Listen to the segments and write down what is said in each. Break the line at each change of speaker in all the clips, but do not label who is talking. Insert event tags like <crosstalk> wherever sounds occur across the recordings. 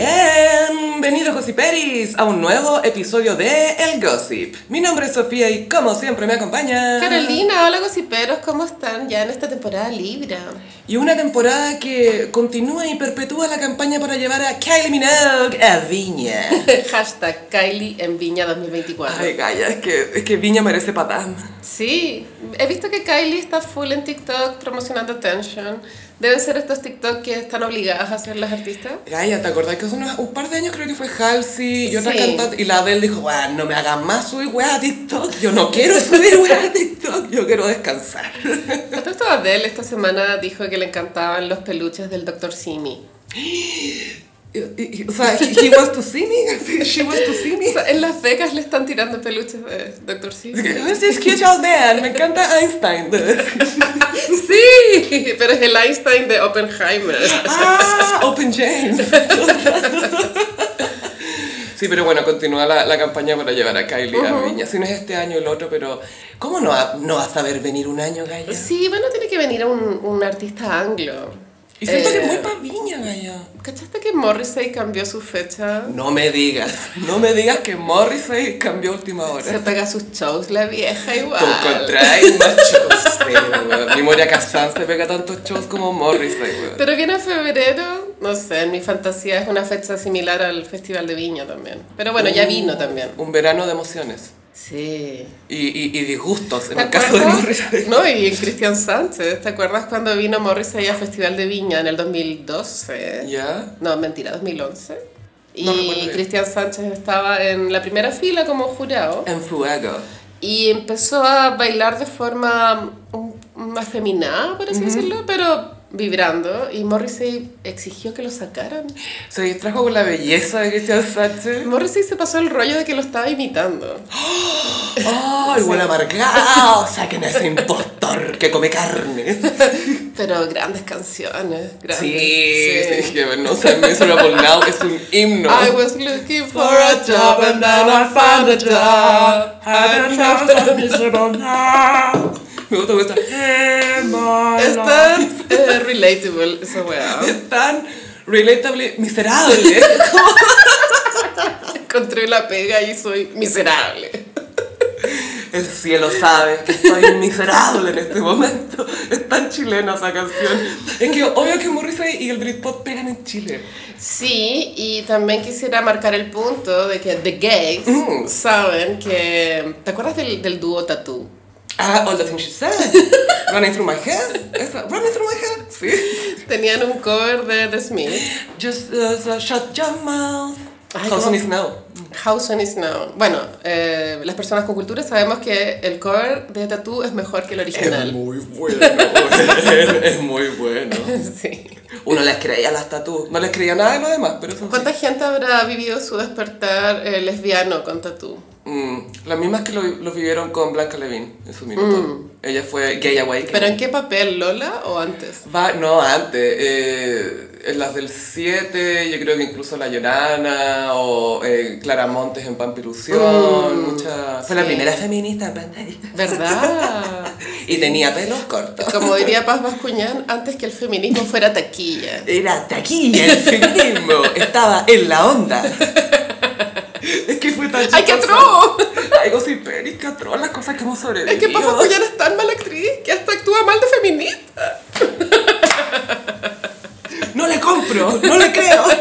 Bienvenidos Gossiperis a un nuevo episodio de El Gossip. Mi nombre es Sofía y como siempre me acompaña
Carolina, hola gossiperos, ¿cómo están ya en esta temporada Libra?
Y una temporada que continúa y perpetúa la campaña para llevar a Kylie Minogue a Viña.
<laughs> <laughs> Hashtag Kylie en Viña 2024.
Ay, gaya, es que, es que Viña merece patán.
Sí, he visto que Kylie está full en TikTok promocionando Tension. ¿Deben ser estos TikTok que están obligadas a hacer las artistas?
Gaya, ¿te acordás que hace unos- un par de años creo que fue Halsey y otra
Sí.
cantante? Y la Adele dijo, "Guau, no me hagan más subir weá a TikTok. Yo no quiero subir weá a TikTok, yo quiero descansar. <laughs>
A todo esto, Adele esta semana dijo que le encantaban los peluches del Dr. Simi.
Y- y- y- o sea, he, he wants to see me, <laughs> así, she wants to see me.
O sea, en las becas le están tirando peluches de Dr.
Así
Simi.
que, "Who's this cute old man? Me encanta Einstein.
<laughs>
<laughs>
Sí, pero es el Einstein de Oppenheimer. <laughs>
Ah, Open James. Sí, pero bueno, continúa la, la campaña para llevar a Kylie a Viña. Si no es este año, el otro, pero ¿cómo no, va- no vas a ver venir un año, Gaya?
Sí, bueno, tiene que venir un, un artista anglo.
Y siento que
Eh,
es muy pa' Viña, Gaya.
¿Cachaste que Morrissey cambió su fecha?
No me digas, no me digas que Morrissey cambió a última
Se
hora.
pega sus shows, la vieja
Tú
igual.
encontráis más shows, sí, weón. Ni Moria Kazan se pega tantos shows como Morrissey, weón.
Pero viene febrero, no sé, en mi fantasía es una fecha similar al Festival de Viña también. Pero bueno,
Uh.
ya vino también.
Un verano de emociones.
Sí.
Y, y, y disgustos, en
¿Te
el caso de
acuerdas?
Morrissey.
No, y en Cristian Sánchez, ¿te acuerdas cuando vino Morrissey al Festival de Viña en el 2012?
¿Ya?
No, mentira, 2011. Y
No recuerdo bien.
Cristian Sánchez estaba en la primera fila como jurado.
En Fuego.
Y empezó a bailar de forma mm, afeminada, por así decirlo, pero vibrando. Y Morrissey exigió que lo sacaran.
Se distrajo con la belleza de Christian Sánchez.
Morrissey se pasó el rollo de que lo estaba imitando.
¡Oh, el buen amargado! ¡Saquen a ese impostor que come carne!
Pero grandes canciones, grandes.
Sí, sí, que no sé, me hizo por now, es un himno.
I was looking for a job and now I found a job.
Had enough of miserable now. Me gusta, me gusta. Am I
Es
lost?
tan eh, relatable esa weá.
Es tan relatable, miserable.
Encontré la pega y soy miserable.
El cielo sabe que estoy miserable en este momento. Es tan chilena esa canción. Es que obvio que Morrissey y el Britpop pegan en Chile.
Sí, y también quisiera marcar el punto de que The Gays
Mm.
saben que... ¿Te acuerdas del, del dúo Tattoo?
Ah, All the Things She Said. Running Through My Head. Esa, Running Through My Head. Sí.
Tenían un cover de The Smith,
Just as a shut your mouth.
Ay,
House on
cómo-
is now.
House on Is Now. Bueno, eh, las personas con cultura sabemos que el cover de Tattoo es mejor que el original.
muy bueno. <laughs> es muy bueno.
<laughs> Sí.
Uno les creía las tatu. No les creía nada de lo demás, pero eso sí.
¿Cuánta gente habrá vivido su despertar eh, lesbiano con Tattoo?
Mm, las mismas que lo, lo vivieron con Blanca Levin en su minuto. Ella fue Gay Awakening.
Mm. ¿Pero en qué papel? ¿Lola o antes?
Va- no, antes. eh, en las del 7, yo creo que incluso La Llorana o eh, Clara Montes en Pampilusión. muchas... Mm. Fue la
sí.
primera feminista en pantalla.
¿Verdad?
Y tenía pelos cortos.
Como diría Paz Bascuñán, antes que el feminismo fuera taquilla.
Era taquilla el <laughs> feminismo. Estaba en la onda. Es que fue tan
¡Ay, qué atroz!
Algo sin peris, que atroz las cosas que hemos
Es
sobrevivido.
que Paz Bascuñán es tan mala actriz que hasta actúa mal de feminista.
No le compro, no le creo. <laughs>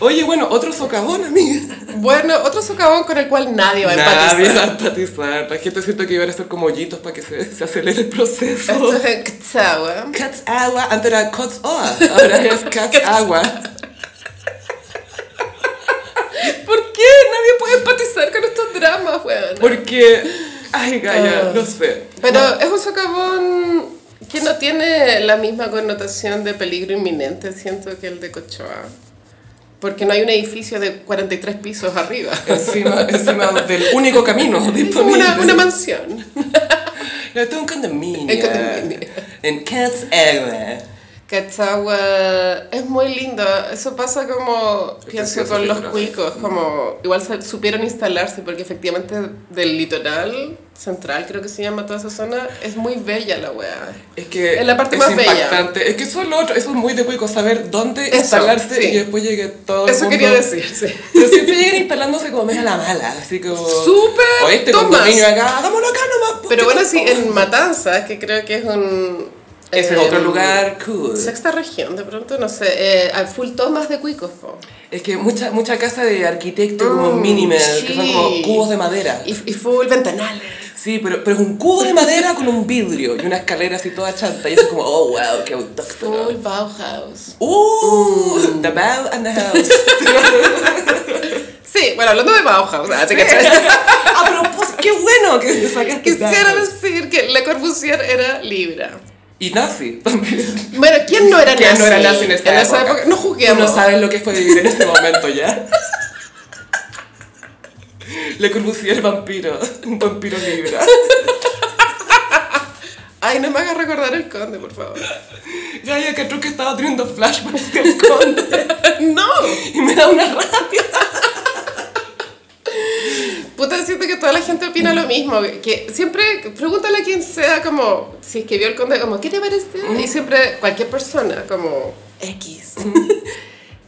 Oye, bueno, otro socavón, amiga.
Bueno, otro socavón con el cual nadie va a
Nadie va a
empatizar.
empatizar. La gente siento que iban a ser como hoyitos para que se, se acelere el
Esto
proceso.
es ah, en Ktawa.
Cats agua, antes era Cats agua, ahora es <laughs> Cats agua.
¿Por qué nadie puede empatizar con estos dramas, weón?
Porque, ay, Gaya,
Ah.
no sé.
Pero es un socavón que no tiene la misma connotación de peligro inminente, siento, que el de Cochoa. Porque no hay un edificio de 43 pisos <laughs> arriba.
Encima, encima del único
<laughs>
camino
Es como
disponible.
una, una mansión.
Yo tengo un condominio.
En condominio.
En Cats agua.
Cachagua es muy lindo. Eso pasa como,
que sí,
pienso,
eso
con
es
los
literal.
cuicos. Como, igual se- supieron instalarse porque efectivamente del litoral central, creo que se llama toda esa zona, es muy bella la weá.
Es que
Es la parte
es
más bella.
impactante. Es que eso es lo otro, eso es muy de cuico, saber dónde
Eso,
instalarse
sí.
y después llegue todo el
Eso
mundo-
quería decir, sí.
Pero siempre llegan instalándose como medio a la mala, así como...
¡Súper!
O este
Tomás.
condominio acá, hagámoslo acá nomás. pues,
Pero bueno, sí, en
Mata
Matanzas, que creo que es un...
Ese es
eh,
otro lugar cool.
Sexta región, de pronto, no sé. Eh, al full tomas de cuicos, po.
Es que mucha, mucha casa de arquitecto como
Mm,
minimal, que
sí.
son como cubos de madera.
Y, y full ventanales.
Sí, pero, pero es un cubo de madera con un vidrio y una escalera así toda chanta. Y eso es como, oh, wow, qué autóctono.
Full Bauhaus. Mm.
Uh, the bow and the
<laughs>
house. <laughs>
Sí, bueno, hablando de Bauhaus, ah, te cachai?
ah, pero pues, qué bueno que te sacaste
Quisiera
Bauhaus.
decir que Le Corbusier era Libra.
Y nazi también.
Bueno, ¿quién no era
¿Quién
nazi?
no era nazi en esa
esa
época?
época? No
Tú no
juzguemos.
sabes lo que fue vivir en ese momento ya. <laughs> Le Corbusier el vampiro, un vampiro libra.
Ay, no me hagas recordar el conde, por favor.
Ya, ya, que tú que estaba teniendo flashbacks del conde.
<laughs> no.
Y me da una rabia.
Puta, siento que toda la gente opina lo mismo. Que siempre pregúntale a quien sea, como, si es que vio el conde, como, ¿qué te parece? Y siempre cualquier persona, como, X. <laughs>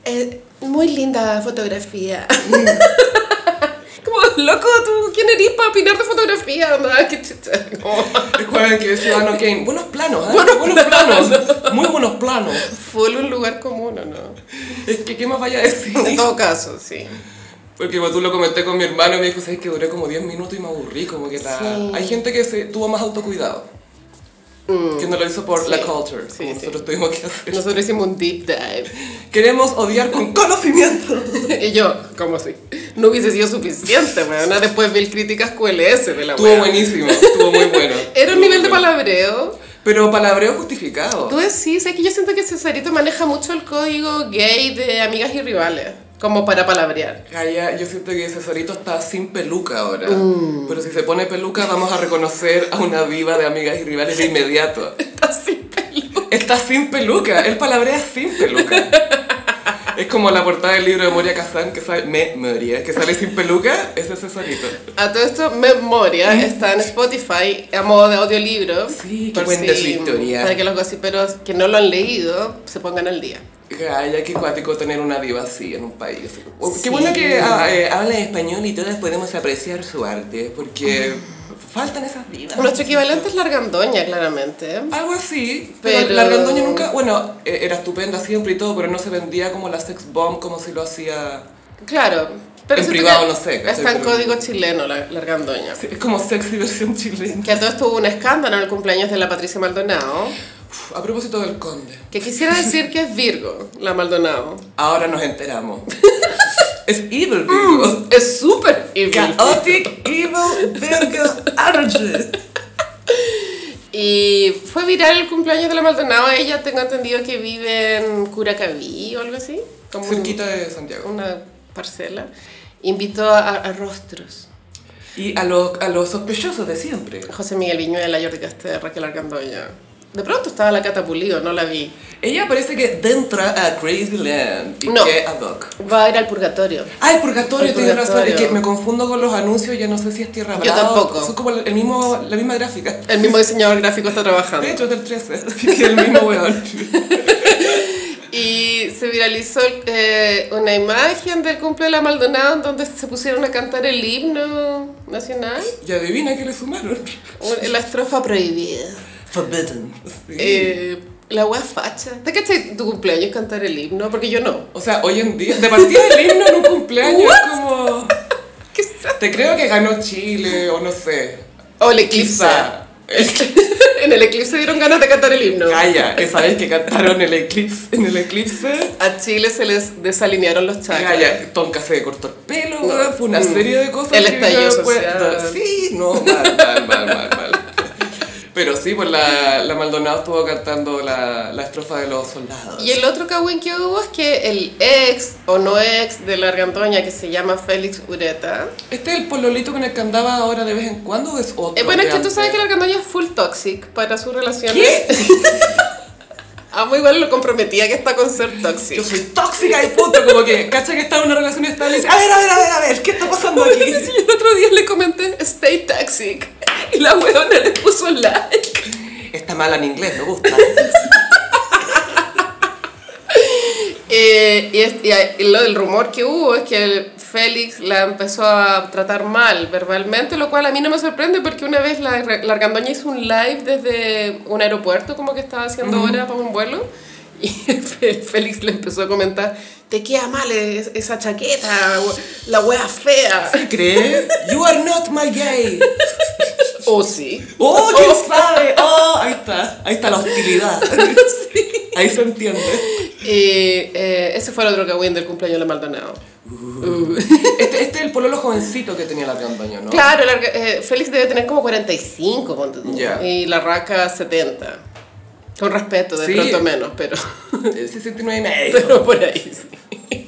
Eh, muy linda <laughs> fotografía. como, loco, tú, ¿quién eres para opinar de fotografía? Nada, qué chucha. Como, <laughs>
Recuerden que es Ciudadano Kane. Buenos planos, ¿eh?
Buenos
planos. Muy buenos planos.
full un lugar común, ¿o
<laughs>
no?
Es que, ¿qué más vaya a decir?
En todo caso, sí.
Porque cuando tú lo comenté con mi hermano y me dijo, ¿sabes que duré como 10 minutos y me aburrí? Como que la...
Sí.
Hay gente que se tuvo más autocuidado. Que no lo hizo por
Mm. Sí.
la culture,
Sí,
como
sí.
nosotros tuvimos que hacer.
Nosotros hicimos un deep dive. <laughs>
Queremos odiar con conocimiento.
Y yo, ¿cómo así? No hubiese sido suficiente, weón. Ah, Después vi el críticas QLS de la
Estuvo
wea.
buenísimo, estuvo muy bueno.
<laughs> Era
Estuvo
un nivel
muy
de
bueno.
palabreo.
Pero palabreo justificado.
Tú decís, es que yo siento que Cesarito maneja mucho el código gay de amigas y rivales, como para palabrear. <laughs>
Gaya, yo siento que Cesorito está sin peluca ahora.
Mm.
Pero si se pone peluca, vamos a reconocer a una diva de amigas y rivales de inmediato.
Está sin pelo.
Está sin peluca, él palabrea sin peluca. Es como la portada del libro de Moria Kazan que sale, me moría, que sale sin peluca, ese es Cesorito.
A todo esto, Memoria está en Spotify a modo de audiolibro.
Mm. Sí, que
por
cuente su historia.
Para que los gossiperos que no lo han leído se pongan al día.
Gaya, qué cuático tener una diva así en un país. O- Qué
Sí.
bueno que ah, eh, habla español y todas podemos apreciar su arte, porque faltan esas divas.
Nuestro equivalente es la argandoña, claramente.
Algo así, pero,
Pero-
la Argandoña nunca, bueno, e- era estupenda siempre y todo, pero no se vendía como la sex bomb como si lo hacía...
Claro.
En
siento
privado
que
no sé, ¿cachai?
Está en
Pero-
código chileno, la, la argandoña.
Es como sexy versión chilena.
Que a todos tuvo un escándalo en el cumpleaños de la Patricia Maldonado.
Uf, a propósito del conde, <laughs>
Que quisiera decir que es Virgo, la Maldonado.
ahora nos
<laughs>
enteramos. es evil Virgo.
Es súper Mm. evil.
Chaotic evil Virgo energy.
Y fue viral el cumpleaños de la Maldonado. Ella tengo entendido que vive en Curacaví o algo así. Como un-
Cerquita de Santiago.
una parcela. Invitó a, a rostros.
Y a los, a los sospechosos de siempre.
José Miguel Viñuela, Jordi Castel, Raquel Argandoña. De pronto estaba la Cata Pulido, no la vi.
Ella parece que entra a Crazy Land y
No.
que a Doc.
Va a ir al purgatorio.
Ah, el purgatorio,
El
tienes razón. Es
purgatorio.
que me confundo con los anuncios, ya no sé si es Tierra
Yo
Brava o-
tampoco.
Son como el mismo, la misma gráfica.
El mismo diseñador gráfico está trabajando.
De hecho, es del 13, así que el mismo weón. <laughs>
Y se viralizó eh, una imagen del cumple de la Maldonado en donde se pusieron a cantar el himno nacional.
Y adivina que le sumaron.
Un- La estrofa prohibida.
Forbidden. Sí.
Eh, la wea facha. ¿Te cachai tu cumpleaños cantar el himno? Porque yo no.
O sea, hoy en día, de partida del himno en un cumpleaños, es como.
¿Qué es eso?
Te creo que ganó Chile, o no sé.
O el eclipse.
Quizá. El que-
<laughs> en el eclipse dieron ganas de cantar el himno.
Calla, esa vez que cantaron el eclipse, en el eclipse.
A Chile se les desalinearon los chakras.
Calla, Tonka se cortó el pelo,
No.
weón, fue una
Mm.
serie de cosas.
El
que
estallido
yo después-
social.
Sí, no, mal, mal, mal, mal, mal. Pero sí, pues la, la Maldonado estuvo cantando la, la estrofa de los soldados.
Y el otro cagüín que hubo es que el ex o no ex de la Argandoña que se llama Félix Ureta.
Este es el pololito con el que andaba ahora de vez en cuando, ¿o es otro.
Eh, bueno,
de
es que tú
antes?
sabes que la Argandoña es full toxic para sus relaciones.
¿Qué?
amo igual lo comprometida que está con ser tóxica.
Yo <laughs>
<laughs>
soy tóxica y punto. Como que, cacha que está en una relación estable y dice, a ver, a ver, a ver, a ver, ¿qué está pasando aquí?
Sí, el otro día le comenté stay toxic y la weona le puso like.
Está mala en inglés, me gusta.
Eh, y, es- y a- y lo del rumor que hubo es que el Félix la empezó a tratar mal verbalmente, lo cual a mí no me sorprende porque una vez la, la Argandoña hizo un live desde un aeropuerto, como que estaba haciendo hora para un vuelo, y <laughs> el Fe- el Félix le empezó a comentar, te queda mal e-, es- esa chaqueta, we- la wea fea.
¿Crees? You are not my gay.
O sí.
Oh, quién sabe. Oh, ahí está. Ahí está la <laughs> hostilidad. Ahí se entiende.
Y eh, ese fue el otro cagüín del cumpleaños de la Maldonado.
Este, este es el pololo jovencito que tenía la Argandoña, ¿no?
Claro, la- eh, Félix debe tener como 45 ponte tú,
Ya.
y la Raca 70. Con respeto, de
Sí.
pronto menos,
<laughs>
pero,
Eh, 69 y medio.
pero por ahí. sí.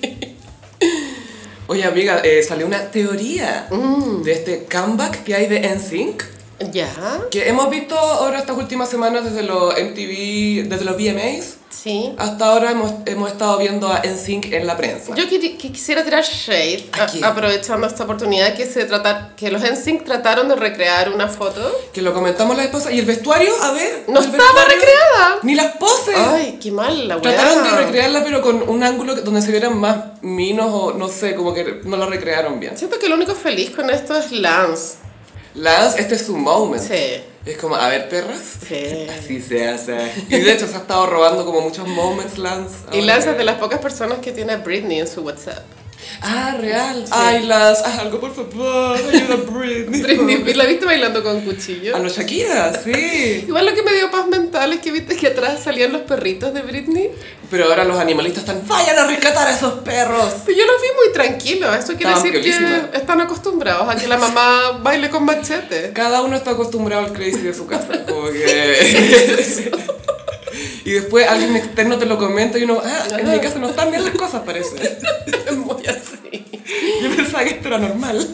Oye, amiga, eh, salió una teoría de este comeback que hay de NSYNC.
Ya,
Que hemos visto ahora estas últimas semanas desde los MTV, desde los VMAs.
sí.
Hasta ahora hemos, hemos estado viendo a NSYNC en la prensa.
Yo quiri- que quisiera tirar shade,
¿A
a-
quién?
aprovechando esta oportunidad que, se trata, que los NSYNC trataron de recrear una foto.
Que lo comentamos la esposa. Y el vestuario, a ver.
No
el
estaba
vestuario-
recreada.
Ni las poses.
Ay, qué mal la weá.
Trataron de recrearla, pero con un ángulo donde se vieran más minos o no sé, como que no la recrearon bien.
Siento que lo único feliz con esto es Lance.
Lance, este es su moment.
Sí.
Es como, a ver, perras.
Sí.
Así se hace. Y de hecho se ha estado robando como muchos moments, Lance.
Y
Ahora-
Lance es de las pocas personas que tiene a Britney en su WhatsApp.
Ah, real. Ay, Lance, haz algo, por favor. Ayuda a Britney.
<laughs>
Ah,
Britney, ¿la viste bailando con cuchillo?
A los Shakira, sí.
Igual lo que me dio paz mental es que viste que atrás salían los perritos de Britney.
Pero ahora los animalistas están, vayan a rescatar a esos perros.
Pero yo los vi muy tranquilos. Eso quiere
Estaban
decir
piolísimas.
que están acostumbrados a que la mamá baile con machete. <laughs>
Cada uno está acostumbrado al crazy de su casa. Como que... <laughs> y después alguien externo te lo comenta y uno, ah, en mi casa no están bien las cosas, parece. <laughs>
Es muy así.
Yo pensaba que esto era normal.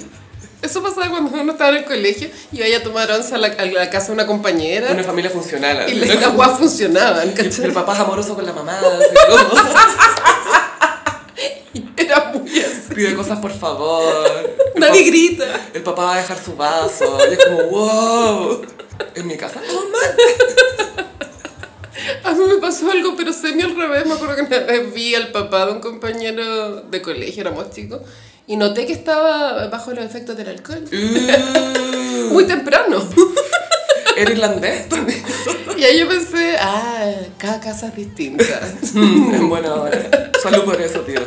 Eso pasaba cuando uno estaba en el colegio y iba a tomar once a la, a la casa de una compañera
Una familia funcional.
y
<laughs> así,
las
¿no?
la guas funcionaban,
Y El
¿cachai?
papá es amoroso con la mamá. así, ¿no?
Era muy así.
<laughs> Pide cosas por favor.
Nadie grita.
El papá va a dejar su vaso. Y es como, wow. En mi casa todo
<laughs>
mal.
A mí me pasó algo, pero semi al revés. Me acuerdo que una vez vi al papá de un compañero de colegio, éramos chicos, y noté que estaba bajo los efectos del alcohol.
Uh,
Muy temprano.
Era irlandés también.
Y ahí yo pensé, ah, cada casa es distinta. <laughs>
Mm, En buena hora. Salud por eso, tío.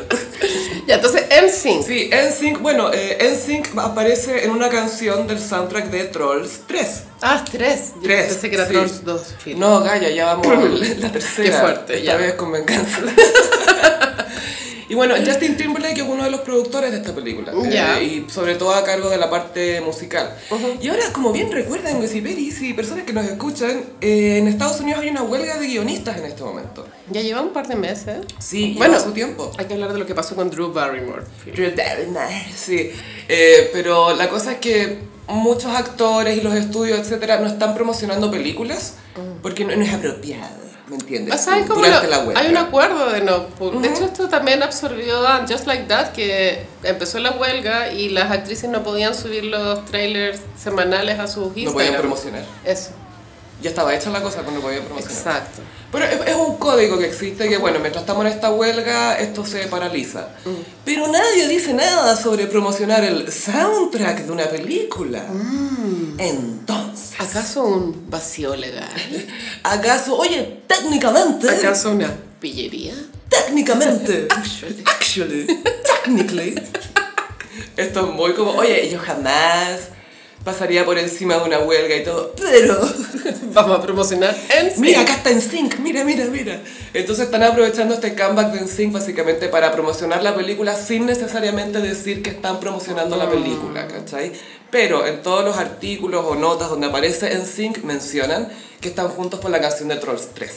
Ya, entonces, NSYNC.
Sí, NSYNC, bueno, eh, NSYNC aparece en una canción del soundtrack de Trolls 3.
Ah, tres. Yo
Tres,
pensé que era
sí.
Trolls dos. fin.
No, Gaya, ya vamos a la, la tercera.
Qué fuerte,
Esta
ya.
vez con
<laughs>
venganza. y bueno, Justin Timberlake es uno de los productores de esta película. eh,
Ya.
y sobre todo a cargo de la parte musical. Y ahora, como bien recuerdan, Wikipedia y personas que nos escuchan, eh, en Estados Unidos hay una huelga de guionistas en este momento.
Ya lleva un par de meses.
Sí,
Bueno.
bueno, su tiempo.
Hay que hablar de lo que pasó con Drew Barrymore. fin.
Drew Barrymore, Sí, Eh, pero la cosa es que muchos actores y los estudios, etcétera, no están promocionando películas porque no, no es apropiado, ¿me entiendes?
Mm. O sea, hay como
Durante
lo-
la huelga.
hay un acuerdo de no. pu- De hecho, esto también absorbió a Just Like That, que empezó la huelga y las actrices no podían subir los trailers semanales a sus Instagram.
No podían promocionar.
Eso,
Ya estaba hecha la cosa, pero no podían promocionar.
exacto.
Pero es, es un código que existe que, bueno, mientras estamos en esta huelga, esto se paraliza.
Mm.
Pero nadie dice nada sobre promocionar el soundtrack de una película.
Mm.
Entonces,
¿Acaso un vacío legal?
¿acaso, oye, técnicamente...
¿Acaso una pillería?
Técnicamente.
Actually.
Actually. Technically. Esto es muy como, oye, yo jamás pasaría por encima de una huelga y todo, pero...
Vamos a promocionar en
Mira, acá está en sync, mira, mira, mira. Entonces están aprovechando este comeback de sync básicamente para promocionar la película sin necesariamente decir que están promocionando la película, ¿cachai? Pero en todos los artículos o notas donde aparece en sync mencionan que están juntos por la canción de Trolls 3.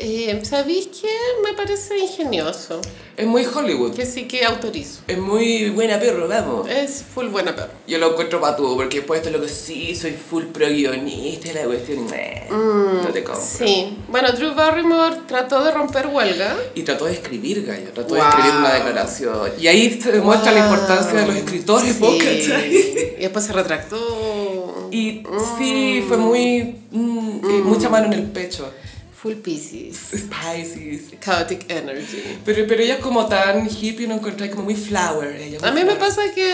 Eh, ¿Sabéis qué? Me parece ingenioso.
Es muy Hollywood.
Que sí que autorizo.
Es muy buena perro, vamos.
Es full buena perra.
Yo lo encuentro patudo porque después de lo que sí, soy full pro guionista y la cuestión. meh, no te compro.
Mm, Sí. Bueno, Drew Barrymore trató de romper huelga.
Y trató de escribir, gallo. Trató de
Wow.
escribir una declaración. Y ahí se demuestra la
Wow.
importancia de los escritores,
Sí.
po, ¿cachai?
Y después se retractó.
Y sí, fue muy. mm, eh, mucha mano en el pecho.
Full Pisces.
Pisces.
Chaotic Energy.
Pero, pero ella es como tan hippie, no encontré como muy flower. Ella, muy
A mí me
flower.
pasa que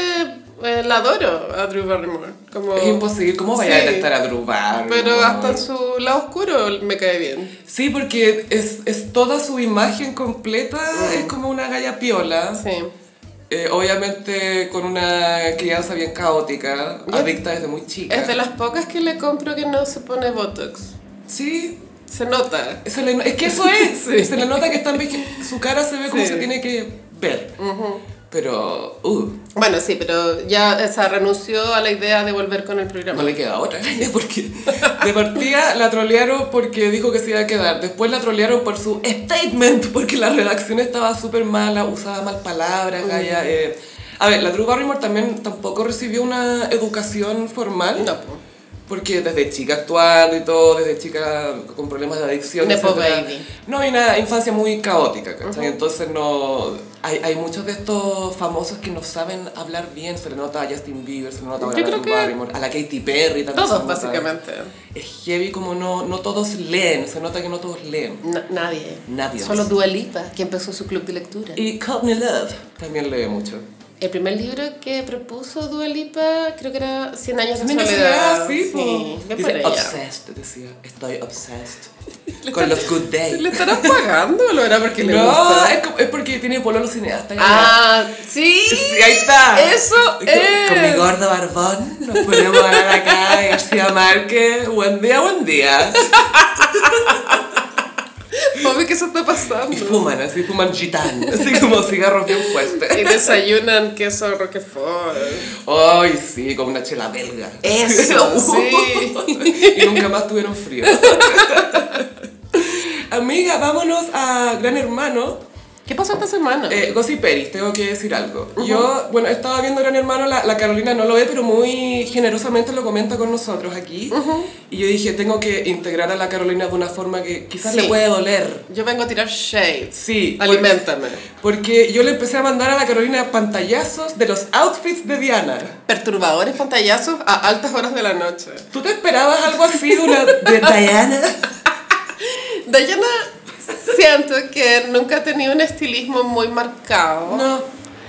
eh, la adoro a Drew Barrymore. Como,
Es imposible, ¿cómo vaya
Sí.
a detectar a Drew Barrymore?
Pero hasta en su lado oscuro me cae bien.
Sí, porque es, es toda su imagen completa, es como una galla piola.
Sí.
Eh, obviamente con una crianza bien caótica,
Ya.
adicta desde muy chica.
Es de las pocas que le compro que no se pone Botox.
Sí,
Se nota.
se le no- es que
<laughs>
eso es.
Sí.
Se le nota que está enveje- su cara se ve como
Sí.
se tiene que ver. Pero, uh,
Bueno, sí, pero ya o sea, renunció a la idea de volver con el programa.
no pues le queda otra, <laughs> porque de partida la trolearon porque dijo que se iba a quedar, después la trolearon por su statement, porque la redacción estaba súper mala, usaba mal palabras, gaya, eh. A ver, la Drew Barrymore también tampoco recibió una educación formal,
No, po.
porque desde chica actuando y todo, desde chica con problemas de adicción,
Nepo
etcétera.
baby.
No, hay una infancia muy caótica, ¿cachai? Entonces no... Hay, hay muchos de estos famosos que no saben hablar bien, se le nota a Justin Bieber, se le nota a,
Yo
la
creo
Drew
que
Barrymore, a la Katy Perry también. se
todos
nota.
básicamente.
Es heavy como no, no todos leen, se nota que no todos leen.
Na- nadie.
Nadie.
Solo Dualipa, que empezó su club de lectura.
Y Cut Me Love también lee mucho.
El primer libro que propuso Dualipa creo que era 100 años de soledad.
sí,
sí.
po.
Ve por
Dice,
ella.
obsessed, decía, estoy obsessed con los good days.
¿Le estarán pagando o lo era porque le
No,
gusta?
es, como- es porque tiene pololo cineasta.
Ah, sí.
Sí, ahí está.
Eso
Con-
es.
Con mi gordo barbón nos podemos hablar acá de García Márquez. Buen día, buen día.
Mami, ¿qué se está
Y
pasando?
fuman, así fuman gitán, así como cigarros bien fuertes.
<laughs> Y desayunan queso roquefort.
Ay, sí, con una chela belga. <laughs> Uh.
Eso, sí.
Y nunca más tuvieron frío. Amiga, vámonos a Gran Hermano.
¿Qué pasó esta semana?
Eh, Gossip Peris, tengo que decir algo. Yo, bueno, estaba viendo Gran Hermano, la, la Carolina no lo ve, pero muy generosamente lo comenta con nosotros aquí. Y yo dije, tengo que integrar a la Carolina de una forma que quizás
Sí.
le puede doler.
Yo vengo a tirar shades.
Sí, por-
Aliméntame.
porque yo le empecé a mandar a la Carolina pantallazos de los outfits de Diana.
Perturbadores pantallazos a altas horas de la noche.
¿Tú te esperabas algo así de <laughs> una de Diana?
Dayana, siento que nunca ha tenido un estilismo muy marcado.
No.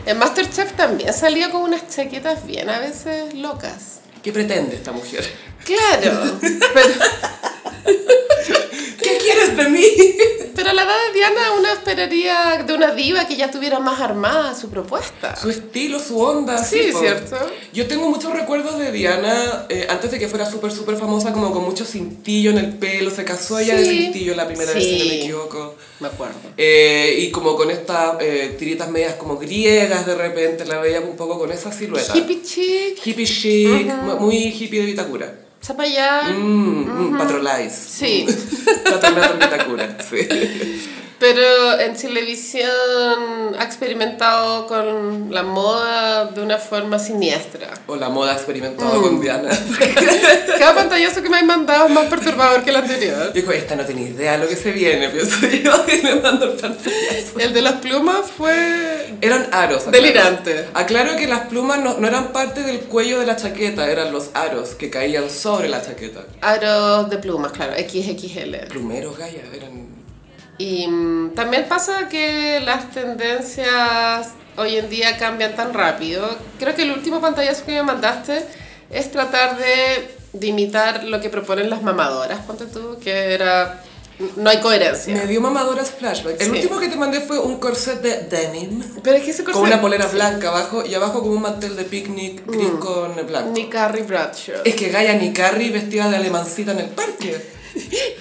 En Masterchef también salía con unas chaquetas bien a veces locas.
¿Qué pretende esta mujer?
Claro, pero,
¿Qué quieres de mí?
pero a la edad de Diana uno esperaría de una diva que ya tuviera más armada su propuesta.
Su estilo, su onda.
Sí,
po.
¿cierto?
Yo tengo muchos recuerdos de Diana eh, antes de que fuera súper, súper famosa, como con mucho cintillo en el pelo. Se casó ella de
Sí.
cintillo la primera vez, si no
Sí.
me equivoco.
Me acuerdo.
Eh, y como con estas eh, tiritas medias como griegas de repente, la veía un poco con esa silueta.
Hippie chic,
Hippie chic, mu- muy hippie de Vitacura.
zapallán.
Mm, mm, Patrolize. <laughs>
Sí,
Patronato en Vitacura, sí.
pero en televisión ha experimentado con la moda de una forma siniestra.
O la moda experimentada
Mm.
con Diana. <laughs>
Cada pantallazo que me han mandado es más perturbador que el anterior.
Dijo, esta no tenía idea de lo que se viene, pienso yo, <laughs> y le mando el pantallazo.
El de las plumas fue...
Eran aros. aclaro.
Delirante.
Aclaro que las plumas no, no eran parte del cuello de la chaqueta, eran los aros que caían sobre la chaqueta.
Aros de plumas, claro, XXL.
Plumeros, Gaya, eran...
Y mm, también pasa que las tendencias hoy en día cambian tan rápido. Creo que el último pantallazo que me mandaste es tratar de, de imitar lo que proponen las mamadoras, ponte tú, que era... No hay coherencia.
Me dio mamadoras flashback. El
Sí.
último que te mandé fue un corset de denim.
Pero es que ese
Con
corset-
una polera blanca abajo y abajo con un mantel de picnic
Mm.
gris con blanco.
Ni Carrie Bradshaw.
Es que Gaia ni Carrie vestida de alemancita en el parque.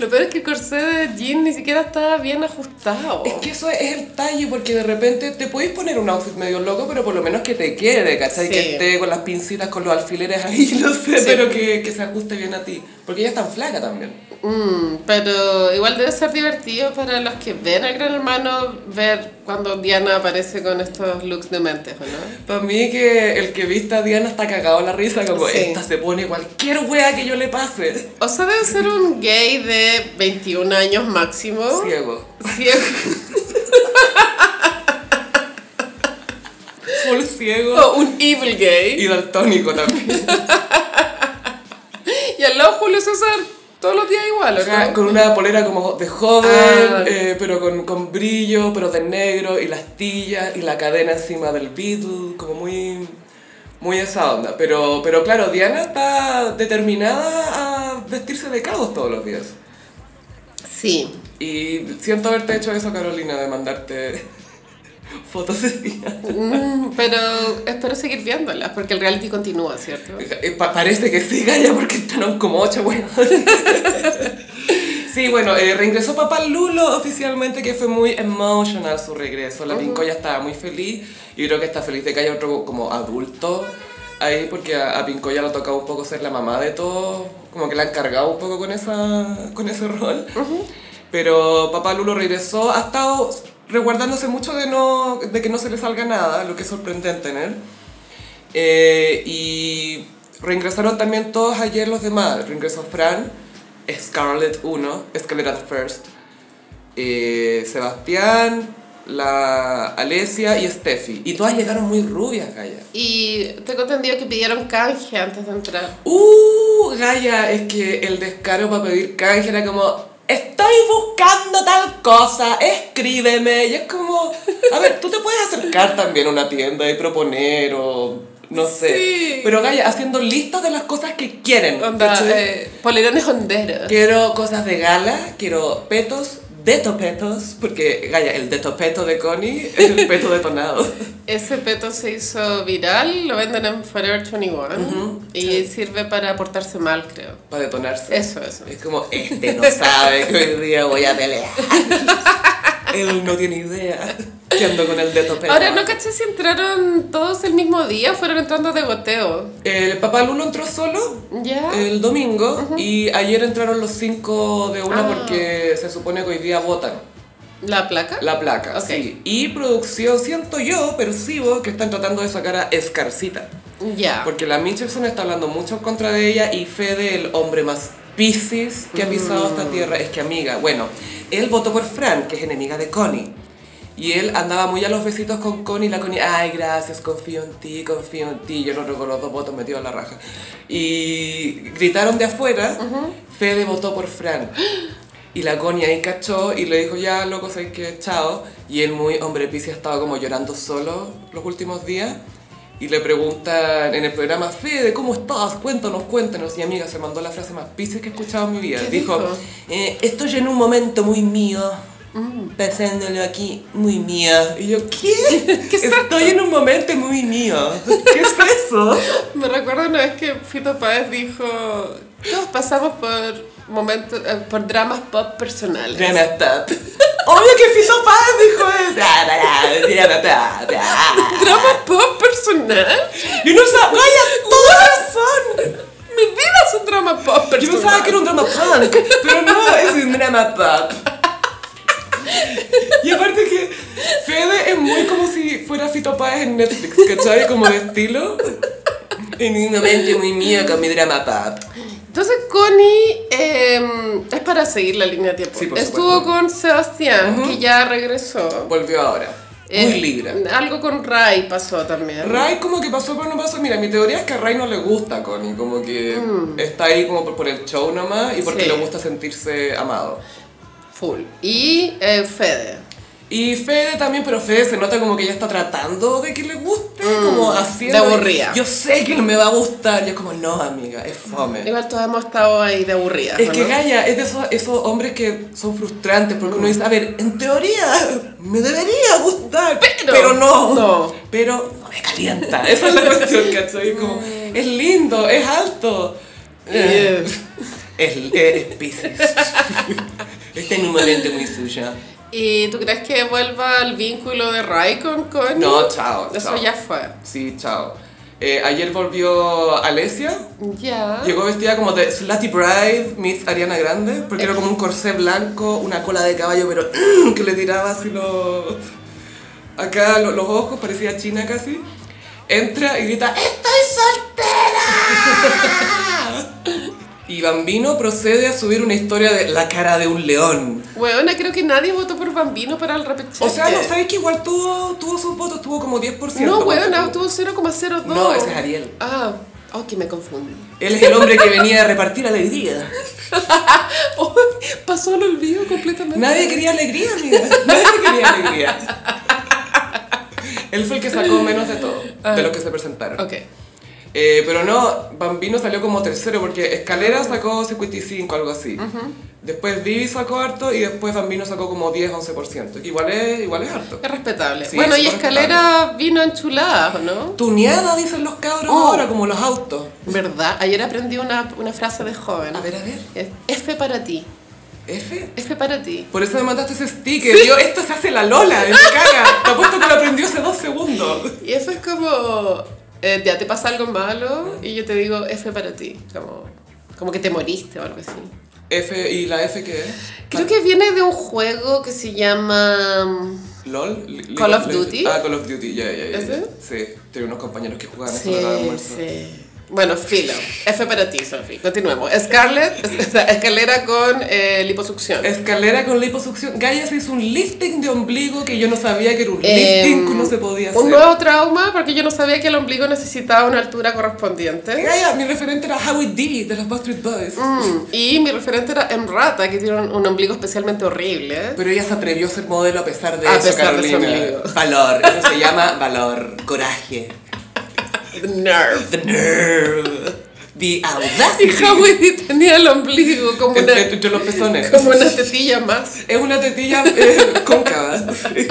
Lo peor es que el corsé de jean ni siquiera está bien ajustado.
Es que eso es el talle, porque de repente te podéis poner un outfit medio loco, pero por lo menos que te quede, ¿cachai?
Sí.
Que esté con las pincitas, con los alfileres ahí, <laughs> no sé,
Sí.
pero que, que se ajuste bien a ti. Porque ella es tan flaca también.
Mm, pero igual debe ser divertido para los que ven al Gran Hermano ver cuando Diana aparece con estos looks dementes, ¿o no?
Para mí que el que vista a Diana está cagado en la risa, como
Sí.
esta se pone cualquier wea que yo le pase.
O sea, debe ser un gay de 21 años máximo.
Ciego.
Ciego. <laughs>
Full ciego.
O un evil gay.
Y daltónico también.
Y al lado Julio César todos los días igual,
O sea,
¿o
con
no?
una polera como de joven,
Ah.
eh, pero con, con brillo, pero de negro, y las tillas, y la cadena encima del Beatle, como muy, muy esa onda. Pero, pero claro, Diana está determinada a vestirse de caos todos los días.
Sí.
Y siento haberte hecho eso, Carolina, de mandarte <laughs> fotos de Diana.
Mm, pero espero seguir viéndolas porque el reality continúa, ¿cierto?
Eh, pa- parece que sí, Gaya, porque están como ocho, bueno. Sí, bueno, eh, reingresó papá Lulo oficialmente, que fue muy emotional su regreso. La Pincoya estaba muy feliz y creo que está feliz de que haya otro como adulto ahí, porque a, a Pincoya le ha tocado un poco ser la mamá de todo, como que la han cargado un poco con, esa, con ese rol. Pero papá Lulo regresó, ha estado resguardándose mucho de, no, de que no se le salga nada, lo que es sorprendente en él. Eh, y reingresaron también todos ayer los demás. Reingresó Fran, Scarlett 1, Scarlett at First, eh, Sebastián, la Alesia y Steffi. Y todas llegaron muy rubias, Gaya.
Y tengo entendido que pidieron canje antes de entrar.
¡Uh! Gaya, es que el descaro para pedir canje era como... Estoy buscando tal cosa, escríbeme. Y es como... A ver, tú te puedes acercar también a una tienda y proponer o... No sé.
Sí.
Pero Gaya, haciendo listas de las cosas que quieren.
Onda,
¿cachai?
eh, polerones honderos.
Quiero cosas de gala, quiero petos, detopetos, porque Gaya, el detopeto de Connie es el peto detonado. <laughs>
Ese peto se hizo viral, lo venden en Forever 21 y sirve para portarse mal, creo.
Para detonarse.
Eso, eso.
Es como, este no sabe que hoy día voy a pelear. Él no tiene idea que ando con el dedo pelado.
Ahora, no caché si entraron todos el mismo día, fueron entrando de goteo.
El papá Lulo entró solo
¿Ya?
el domingo y ayer entraron los cinco de una
Ah.
porque se supone que hoy día votan
¿La placa?
la placa.
Ok.
sí. Y producción, siento yo, percibo que están tratando de sacar a Escarcita.
Ya.
Porque la Michelson está hablando mucho en contra de ella y Fede, el hombre más piscis que ha pisado esta tierra, es que amiga. Bueno, él votó por Fran, que es enemiga de Connie. Y él andaba muy a los besitos con Connie, y la Connie, ay, gracias, confío en ti, confío en ti. Yo no con los dos votos metidos en la raja. Y gritaron de afuera, Fede votó por Fran. Y la Connie ahí cachó y le dijo, ya, loco, sabes que chao. Y él muy hombre piscis ha estado como llorando solo los últimos días. Y le preguntan en el programa, Fede, ¿cómo estás? Cuéntanos, cuéntanos. Y amiga, se mandó la frase más piscis que he escuchado en mi vida.
¿Qué
Dijo,
dijo?
"Eh, estoy en un momento muy mío, Mm. pensándolo aquí, muy mío. Y yo, <laughs> ¿qué?
¿Qué es
estoy en un momento muy mío. <laughs> ¿Qué es eso?
Me recuerdo una vez que Fito Páez dijo, todos pasamos por momentos, eh, por dramas pop personales.
Diana Tat. <laughs> Obvio que Fito Paz dijo eso. <laughs> Diana Tat.
¿Drama pop personal?
Y uno sabe, vaya, toda razón.
Mi vida es un drama pop personal.
Yo pensaba que era un drama punk, pero no, es un drama pop. Y aparte que Fede es muy como si fuera Fito Páez en Netflix, ¿cachai? Como de estilo. En un momento muy mío con mi drama pop.
Entonces Connie eh, es para seguir la línea de tiempo.
Sí, por
Estuvo
supuesto.
con Sebastián, que ya regresó.
Volvió ahora.
Eh,
Muy libra.
Algo con Ray pasó también.
Ray como que pasó pero no pasó. Mira, mi teoría es que a Ray no le gusta Connie, como que está ahí como por, por el show nomás y porque
Mm. Sí.
le gusta sentirse amado.
Full. Y eh, Fede.
Y Fede también, pero Fede se nota como que ella está tratando de que le guste, como haciendo...
Mm, de aburrida.
Yo sé que me va a gustar. Y es como, no, amiga, es fome.
Igual todos hemos estado ahí de aburridas.
Es
¿o
que
no?
Gaia es de esos, esos hombres que son frustrantes porque
Mm.
uno dice, a ver, en teoría me debería gustar,
Pero-
pero, no,
no. Mm.
Pero no me
<laughs>
calienta. <laughs> Esa es la cuestión, ¿cachai? Como, es lindo, es alto.
Eh,
Es, es Pisces. <laughs> Está en un momento muy suya.
¿Y tú crees que vuelva el vínculo de Ray con Connie?
No, chao.
Eso
chao.
ya fue.
Sí, chao. Eh, ayer volvió Alesia.
Ya.
Llegó vestida como de Slutty Bride meets Ariana Grande, porque era como un corsé blanco, una cola de caballo, pero <clears throat> que le tiraba así los... Acá lo- los ojos, parecía china casi. Entra y grita, ¡Estoy soltera! <laughs> y Bambino procede a subir una historia de la cara de un león.
Weona, creo que nadie votó por Bambino para el repechaje.
O sea, no, ¿sabes que igual tuvo, tuvo sus votos? Tuvo como 10%.
No, weona, tuvo 0,02.
No, ese es Ariel.
Ah, oh, que me confundí.
Él es el hombre que venía a repartir alegría.
<laughs> Oh, pasó al olvido completamente.
Nadie quería alegría, amiga. Nadie quería alegría. Él fue el que sacó menos de todo,
Ah.
de los que se presentaron.
Ok.
Eh, pero no, Bambino salió como tercero, porque Escalera sacó 55, algo así. Después Vivi sacó harto y después Bambino sacó como 10, 11%. que Igual es, igual es harto.
Es respetable.
Sí,
bueno,
es
y
súper
Escalera vino enchulada, ¿o ¿no?
Tuneada, dicen los cabros
Oh.
ahora, como los autos.
¿Verdad? Ayer aprendí una, una frase de joven.
A ver, a ver.
Es F para ti.
F.
F para ti.
Por eso me mandaste ese sticker. Yo, esto se hace la Lola, me caga. Te apuesto que lo aprendió hace dos segundos.
Y eso es como, eh, ya te pasa algo malo y yo te digo F para ti, como, como que te moriste o algo así.
F, ¿y la F qué es?
Creo que viene de un juego que se llama... mm,
LOL. Li- Li-
Call of
Li-
Duty.
Ah, Call of Duty, ya, ya, ya.
¿Ese?
Sí, tengo unos compañeros que jugaban eso
Sí,
a la hora de almuerzo.
sí. Bueno, filo. F para ti, Sofi. Continuemos. Scarlett, es- es- escalera con eh, liposucción.
Escalera con liposucción. Gaia se hizo un lifting de ombligo que yo no sabía que era un lifting
Em,
que uno se podía hacer.
Un nuevo trauma porque yo no sabía que el ombligo necesitaba una altura correspondiente.
Gaia, mi referente era Howie D de los Backstreet Boys.
Mm, Y mi referente era Emrata, que tiene un, un ombligo especialmente horrible.
Pero ella se atrevió a ser modelo a pesar de
A
eso,
pesar de su
Carolina.
ombligo.
valor. Eso se llama valor. Coraje.
Nerve.
The nerve. The
Y
audacity.
Howie tenía el ombligo <laughs> como una,
Entre- entre los pezones.
como una tetilla más.
Es una tetilla eh, cóncava. Sí.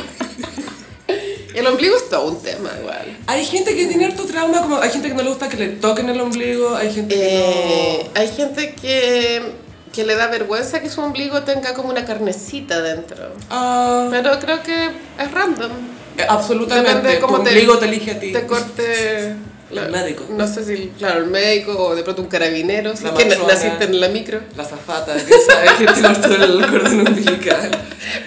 El ombligo es todo un tema igual.
Hay gente que tiene harto trauma, como hay gente que no le gusta que le toquen el ombligo, hay gente
Eh,
que
hay gente que, que le da vergüenza que su ombligo tenga como una carnecita dentro.
no. Ah,
Pero creo que es random.
eh, absolutamente,
Depende de
tu
cómo te-
ombligo te elige a ti. <laughs>
Te corte...
El médico.
No sé si, claro, el médico o de pronto un carabinero, si
La
es que na-
matrona.
naciste en la micro.
La zafata, que sabe que te cortó el cordón umbilical.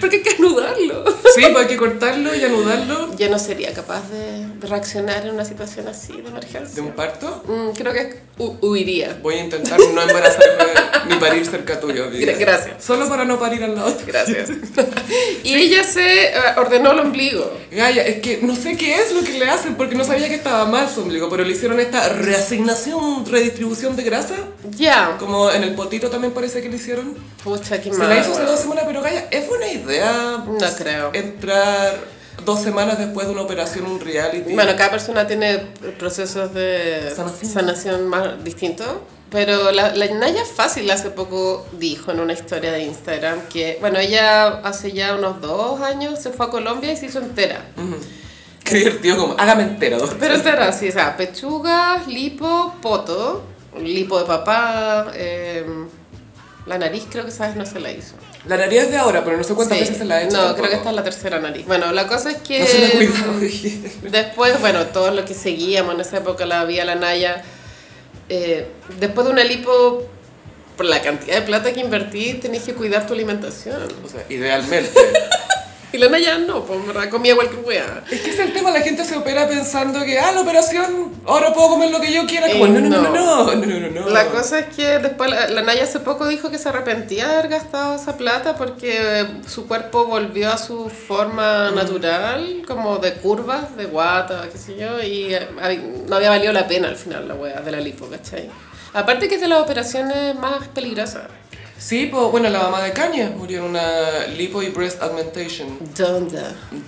Porque hay que anudarlo.
Sí, pues hay que cortarlo y anudarlo
Yo no sería capaz de, de reaccionar en una situación así de emergencia.
de un parto.
Mm, creo que hu- huiría.
Voy a intentar no embarazarme ni parir cerca tuyo, amiga.
Gra- gracias.
Solo para no parir al lado. <laughs>
Gracias. y ella se eh, ordenó el ombligo.
Gaya, es que no sé qué es lo que le hacen porque no sabía que estaba mal su ombligo, pero le hicieron esta reasignación, redistribución de grasa.
Ya.
Como en el potito también parece que le hicieron.
Pucha, qué
Se
mal.
la hizo hace dos semanas, pero Gaya, es buena idea pues,
No creo.
entrar dos semanas después de una operación, un reality.
Bueno, cada persona tiene procesos de
Sanación.
sanación, más distintos. Pero la, la Naya Fácil hace poco dijo en una historia de Instagram que, bueno, ella hace ya unos dos años se fue a Colombia y se hizo entera.
Mm, Qué divertido, como hágame entero.
Pero entera, sí, o sea, pechugas, lipo, poto, lipo de papá, em, la nariz creo que sabes no se la hizo.
La nariz es de ahora, pero no sé cuántas
Sí.
veces se la ha hecho.
No,
tampoco.
creo que esta es la tercera nariz. Bueno, la cosa es que.
No se la ha cuidado, <laughs> dije.
Después, bueno, todo lo que seguíamos en esa época, la vía la Naya. eh, después de una lipo, por la cantidad de plata que invertí, tenés que cuidar tu alimentación.
O sea, idealmente.
Y la Naya no, pues, en ¿verdad? Comía cualquier wea.
es que es el tema, la gente se opera pensando que, ah, la operación, ahora puedo comer lo que yo quiera. Como, no, no, no, no, no, no, no, no.
Eh, La cosa es que después la, la Naya hace poco dijo que se arrepentía de haber gastado esa plata porque eh, su cuerpo volvió a su forma natural, como de curvas, de guata, qué sé yo, y eh, ay, no había valido la pena al final la wea de la lipo, ¿cachai? Aparte que es de las operaciones más peligrosas.
Sí, pues bueno, la mamá de Kanye murió en una lipo y breast augmentation.
¿Dónde?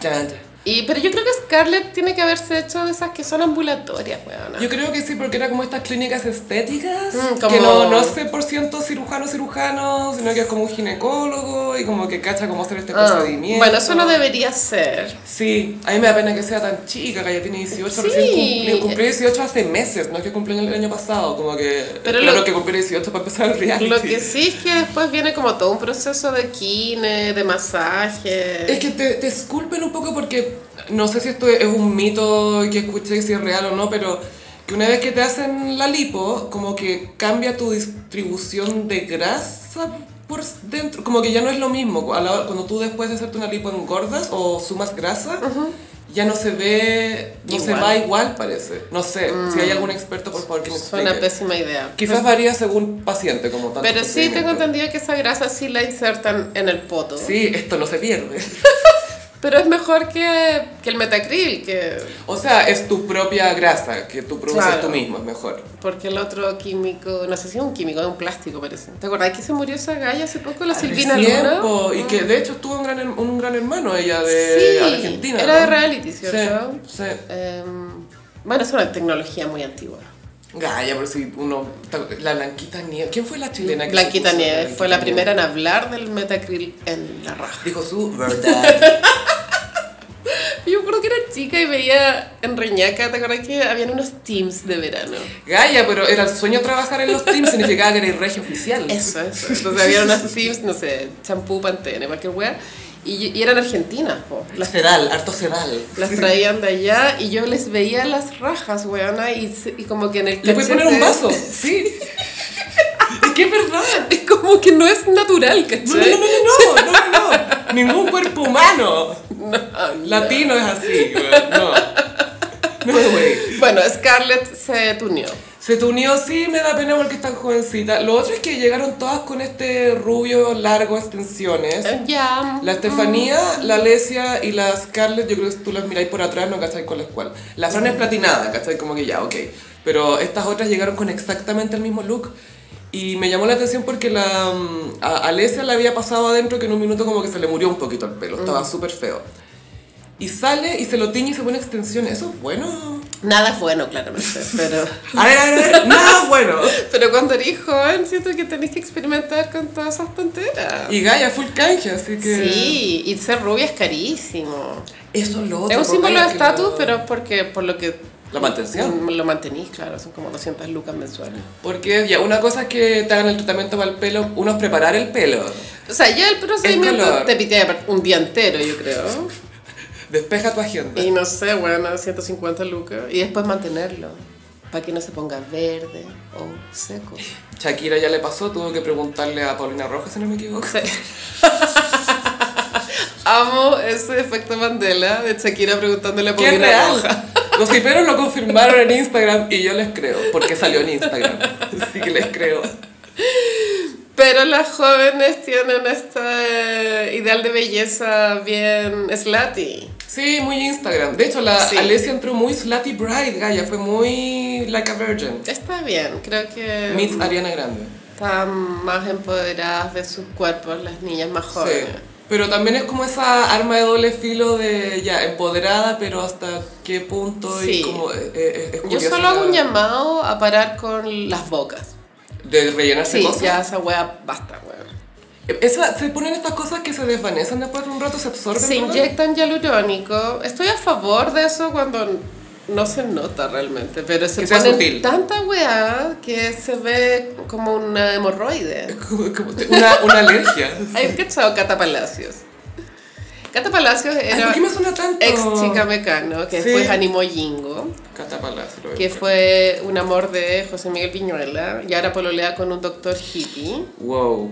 Chanta.
Y Y, pero yo creo que Scarlett tiene que haberse hecho de esas que son ambulatorias, weona.
Yo creo que sí, porque era como estas clínicas estéticas,
Mm,
que
como-
no, no sé por ciento cirujano, cirujano, sino que es como un ginecólogo y como que cacha cómo hacer este
Ah,
procedimiento.
bueno, eso no debería ser.
Sí, a mí me da pena que sea tan chica, que ya tiene 18, recién
Sí.
cumplí, cumplí 18 hace meses, no es que cumplí el año pasado, como que...
Pero
claro
lo-
que cumplí 18 para empezar el reality.
Lo que sí es que después viene como todo un proceso de kine, de masaje.
Es que te, te esculpen un poco porque no sé si esto es un mito que escuché si es real o no, pero que una vez que te hacen la lipo, como que cambia tu distribución de grasa por dentro, como que ya no es lo mismo. A la- Cuando tú después de hacerte una lipo engordas o sumas grasa, ya no se ve, no se
Igual. Mm.
va igual parece. No sé, si hay algún experto por favor que me
Suena
explique.
pésima idea.
Quizás varía según paciente como tal.
Pero sí tengo entendido que esa grasa sí la insertan en el poto.
Sí, esto no se pierde.
Pero es mejor que, que el metacril, que,
O sea, es tu propia grasa que tú produces
Claro.
tú mismo, es mejor.
porque el otro químico, no sé si es un químico, es un plástico parece. ¿Te acordás que se murió esa galla hace poco, la Silvina
Ah, Recién,
Luna?
po, Y que de hecho estuvo un gran, her- un gran hermano ella de
Sí,
Argentina.
era
¿no?
de reality, ¿cierto?
Sí,
Em, bueno, es una tecnología muy antigua.
sí. Gaya, pero si uno. La Blanquita Nieves. ¿Quién fue la chilena que se
Blanquita
puso
Nieves
Blanquita
fue la
Nieves?
primera en hablar del metacril en la raja.
Dijo su verdad. <laughs>
Yo creo que era chica y veía en Reñaca, ¿te acuerdas que habían unos teams de verano?
Gaya, pero era el sueño trabajar en los teams, significaba que era el regio oficial.
Eso, eso. Entonces había unos teams, no sé, champú, pantene, cualquier wea. Y, y eran argentinas, po.
La
Las,
sedal, harto sedal.
las traían de allá y yo les veía las rajas, weona, y, se- y como que en el
Le voy a poner un
cachete-
vaso. Sí. es que es verdad.
<laughs> Es como que no es natural,
No, no, no,
¿cachai?
no, no, no, no. Ningún cuerpo humano
No,
latino es así, güey. No. No, güey.
Bueno, Scarlett se tuneó.
Se tuneó, sí, me da pena porque es tan jovencita. Lo otro es que llegaron todas con este rubio largo, extensiones.
Eh, Ya.
La Estefanía, la Alesia y la Scarlett, yo creo que si tú las miráis por atrás, no cacháis cuál es cuál. La Fran es platinada, cacháis como que ya, ok. Pero estas otras llegaron con exactamente el mismo look. Y me llamó la atención porque la mm, a Alesia le había pasado adentro que en un minuto como que se le murió un poquito el pelo, estaba súper feo. Y sale y se lo tiñe y se pone extensión. Eso es bueno.
Nada es bueno,
<laughs>
claramente, pero...
A ver, a ver, a ver. <laughs> Nada es bueno.
Pero cuando eres joven, siento que tenés que experimentar con todas esas tonteras.
Y Gaia, full canje, así que...
Sí, y ser rubia es carísimo.
Eso es lo otro.
es
por
un símbolo de
Gaia que
estatus,
lo-
pero es porque por lo que mm,
La mantención.
lo mantenís, claro, son como 200 lucas mensuales.
Porque ya, una cosa es que te hagan el tratamiento para el pelo, uno es preparar el pelo.
O sea, ya el
Mm. El
procedimiento
color.
te pitea un día entero, yo creo.
Despeja tu agenda.
Y no sé, bueno, 150 lucas. Y después mantenerlo, para que no se ponga verde o seco.
Shakira ya le pasó, tuvo que preguntarle a Paulina Rojas, si no me equivoco.
<laughs> Amo ese efecto Mandela de Shakira preguntándole a
¿Qué es
Paulina
real?
Rojas.
<laughs> Los hiperos lo confirmaron en Instagram y yo les creo, porque salió en Instagram. <laughs> Así que les creo.
Pero las jóvenes tienen este ideal de belleza bien slutty.
Sí, muy Instagram. De hecho, la
Sí.
Alessia entró muy Slatty Bride, Gaia, fue muy like a virgin.
Está bien, creo que
Meets Ariana Grande.
están más empoderadas de sus cuerpos las niñas más
Sí.
jóvenes.
Pero también es como esa arma de doble filo de ya empoderada, pero hasta qué punto y
Sí.
como eh, eh, es
Yo
curioso
solo hago un
la-
llamado a parar con las bocas.
de rellenarse
Sí,
cosas.
ya esa wea basta, weón.
Esa- se ponen estas cosas que se desvanecen después de un rato, se absorben.
Se
¿no?
inyectan hialurónico. Estoy a favor de eso cuando no se nota realmente, pero se
Que sea
ponen
sutil.
tanta weá que se ve como una hemorroide.
<laughs> Es como- como te- una, una
<laughs>
alergia.
Hay cachado Cata Palacios. Cata Palacios
Ay,
era
¿Por qué me suena tanto?
ex chica mecano, que
Sí.
después animó Jingo,
Catapalacio, lo voy a
que
buscar.
fue un amor de José Miguel Piñuela, y ahora pololea con un doctor hippie.
Wow.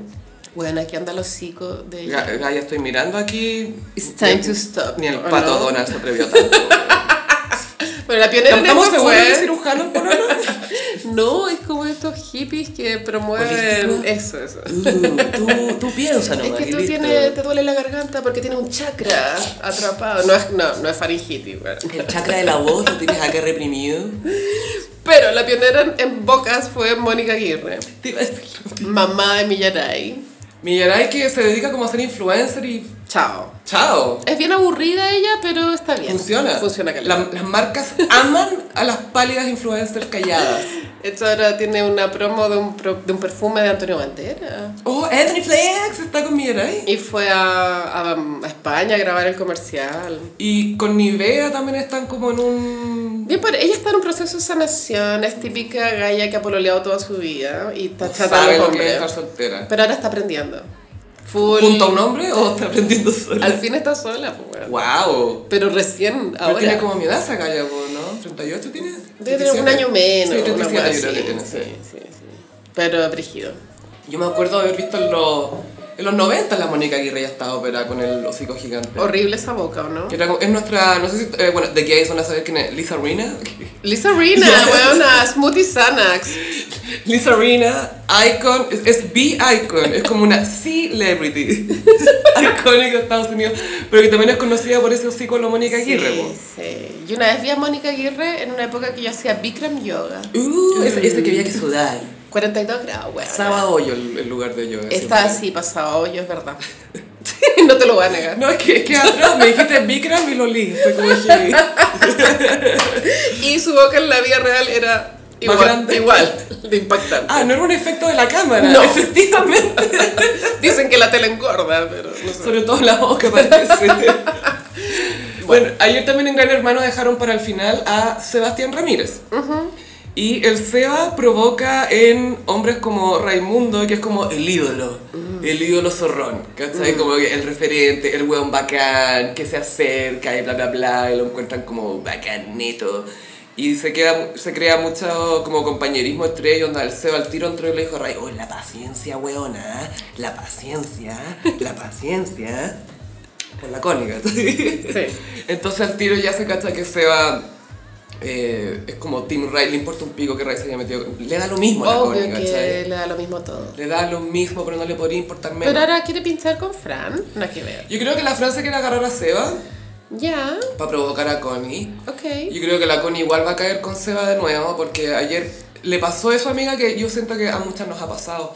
Bueno, aquí anda los hocicos de
Ga-
ella.
Gaya, estoy mirando aquí.
It's time to stop.
Ni el
¿o
pato
no?
Donald se
<laughs>
atrevió tanto.
Bueno, la pionera en
¿Estamos
esto
seguros que es
fue...
cirujano en
<laughs>
pololo?
No, es como estos hippies que promueven
Holístico.
eso, eso.
tú, tú piensa
Es que tú tienes, te duele la garganta porque tienes un chakra atrapado. No es, no, no es faringitis, bueno.
El chakra de la voz lo tienes acá reprimido.
Pero la pionera en- en bocas fue Mónica Aguirre, mamá de Millaray.
Millaray que se dedica como a ser influencer y
Chao.
chao.
Es bien aburrida ella, pero está bien.
Funciona.
Funciona, caleta.
La- las marcas aman a las pálidas influencers calladas.
De hecho, ahora tiene una promo de un, pro- de un perfume de Antonio Bandera.
Oh, Anthony Flex está con Millaray.
Y fue a, a- a España a grabar el comercial.
Y con Nivea también están como en un...
Bien, pero ella está en un proceso de sanación. Es típica galla que ha pololeado toda su vida y está chata de
Sabe
los
lo que es
hombres.
estar soltera.
Pero ahora está aprendiendo. Full.
¿Junto a un hombre o está aprendiendo sola?
Al fin está sola, pues, weón.
¡Wow!
Pero recién,
Pero
ahora.
tiene como mi edad esa galla, po, ¿no? ¿38 tiene?
Debe tener un
37.
año menos.
Sí, 37
una weá
yo creo que
así.
tiene, sí.
Sí, sí, sí. Pero brígido.
Yo me acuerdo de haber visto en los, en los 90 la Mónica Aguirre ya estaba ópera con el hocico gigante.
Horrible esa boca, ¿o no?
Que era como- es nuestra, no sé si, eh, bueno, de qué van a saber quién es, Lisa Rina.
Lisa
<laughs>
Rina,
Ya.
weona, Smoothie Xanax.
<laughs> Lisa Rina, icon, es, es the icon, es como una celebrity, <laughs> icónica de Estados Unidos, pero que también es conocida por ese hocico de la Mónica Aguirre. po.
Sí, sí. Y una vez vi a Mónica Aguirre en una época que yo hacía Bikram Yoga.
Uh, ese, ese que había que sudar.
42 grados, weón.
Sábado hoyo el, el lugar de yo.
Está así pasado hoyo, es verdad. <laughs> no te lo voy a negar.
No, es que, es que atrás me dijiste Bikram y lo li. Fue como que... <laughs>
Y su boca en la vida real era igual,
grande.
igual de impactante.
Ah, no era un efecto de la cámara.
No.
efectivamente.
Dicen que la tela engorda, pero no sé.
Sobre todo la boca parece. bueno, ayer también en Gran Hermano dejaron para el final a Sebastián Ramírez. Y el Seba provoca en hombres como Raimundo, que es como el ídolo, el ídolo zorrón, ¿cachai? Como que el referente, el weón bacán, que se acerca y bla bla bla, y lo encuentran como bacán, neto. Y se, queda, se crea mucho como compañerismo entre ellos, donde el Seba al tiro entró y le dijo a Ray, oh, la paciencia, weona, la paciencia, la paciencia. Por la cónica. Sí. <laughs> Entonces al tiro ya se cacha que Seba eh, es como Team Ray, le importa un pico que Ray se haya metido. Le da lo mismo a la
Obvio
cónica,
que
¿cachai?
le da lo mismo todo.
Le da lo mismo, pero no le podría importar menos.
Pero ahora quiere pintar con Fran. No que ver.
Yo creo que la frase quiere agarrar a Seba
Ya,
para provocar a Connie.
ok.
Yo creo que la Connie igual va a caer con Seba de nuevo, porque ayer le pasó eso, amiga, que yo siento que a muchas nos ha pasado.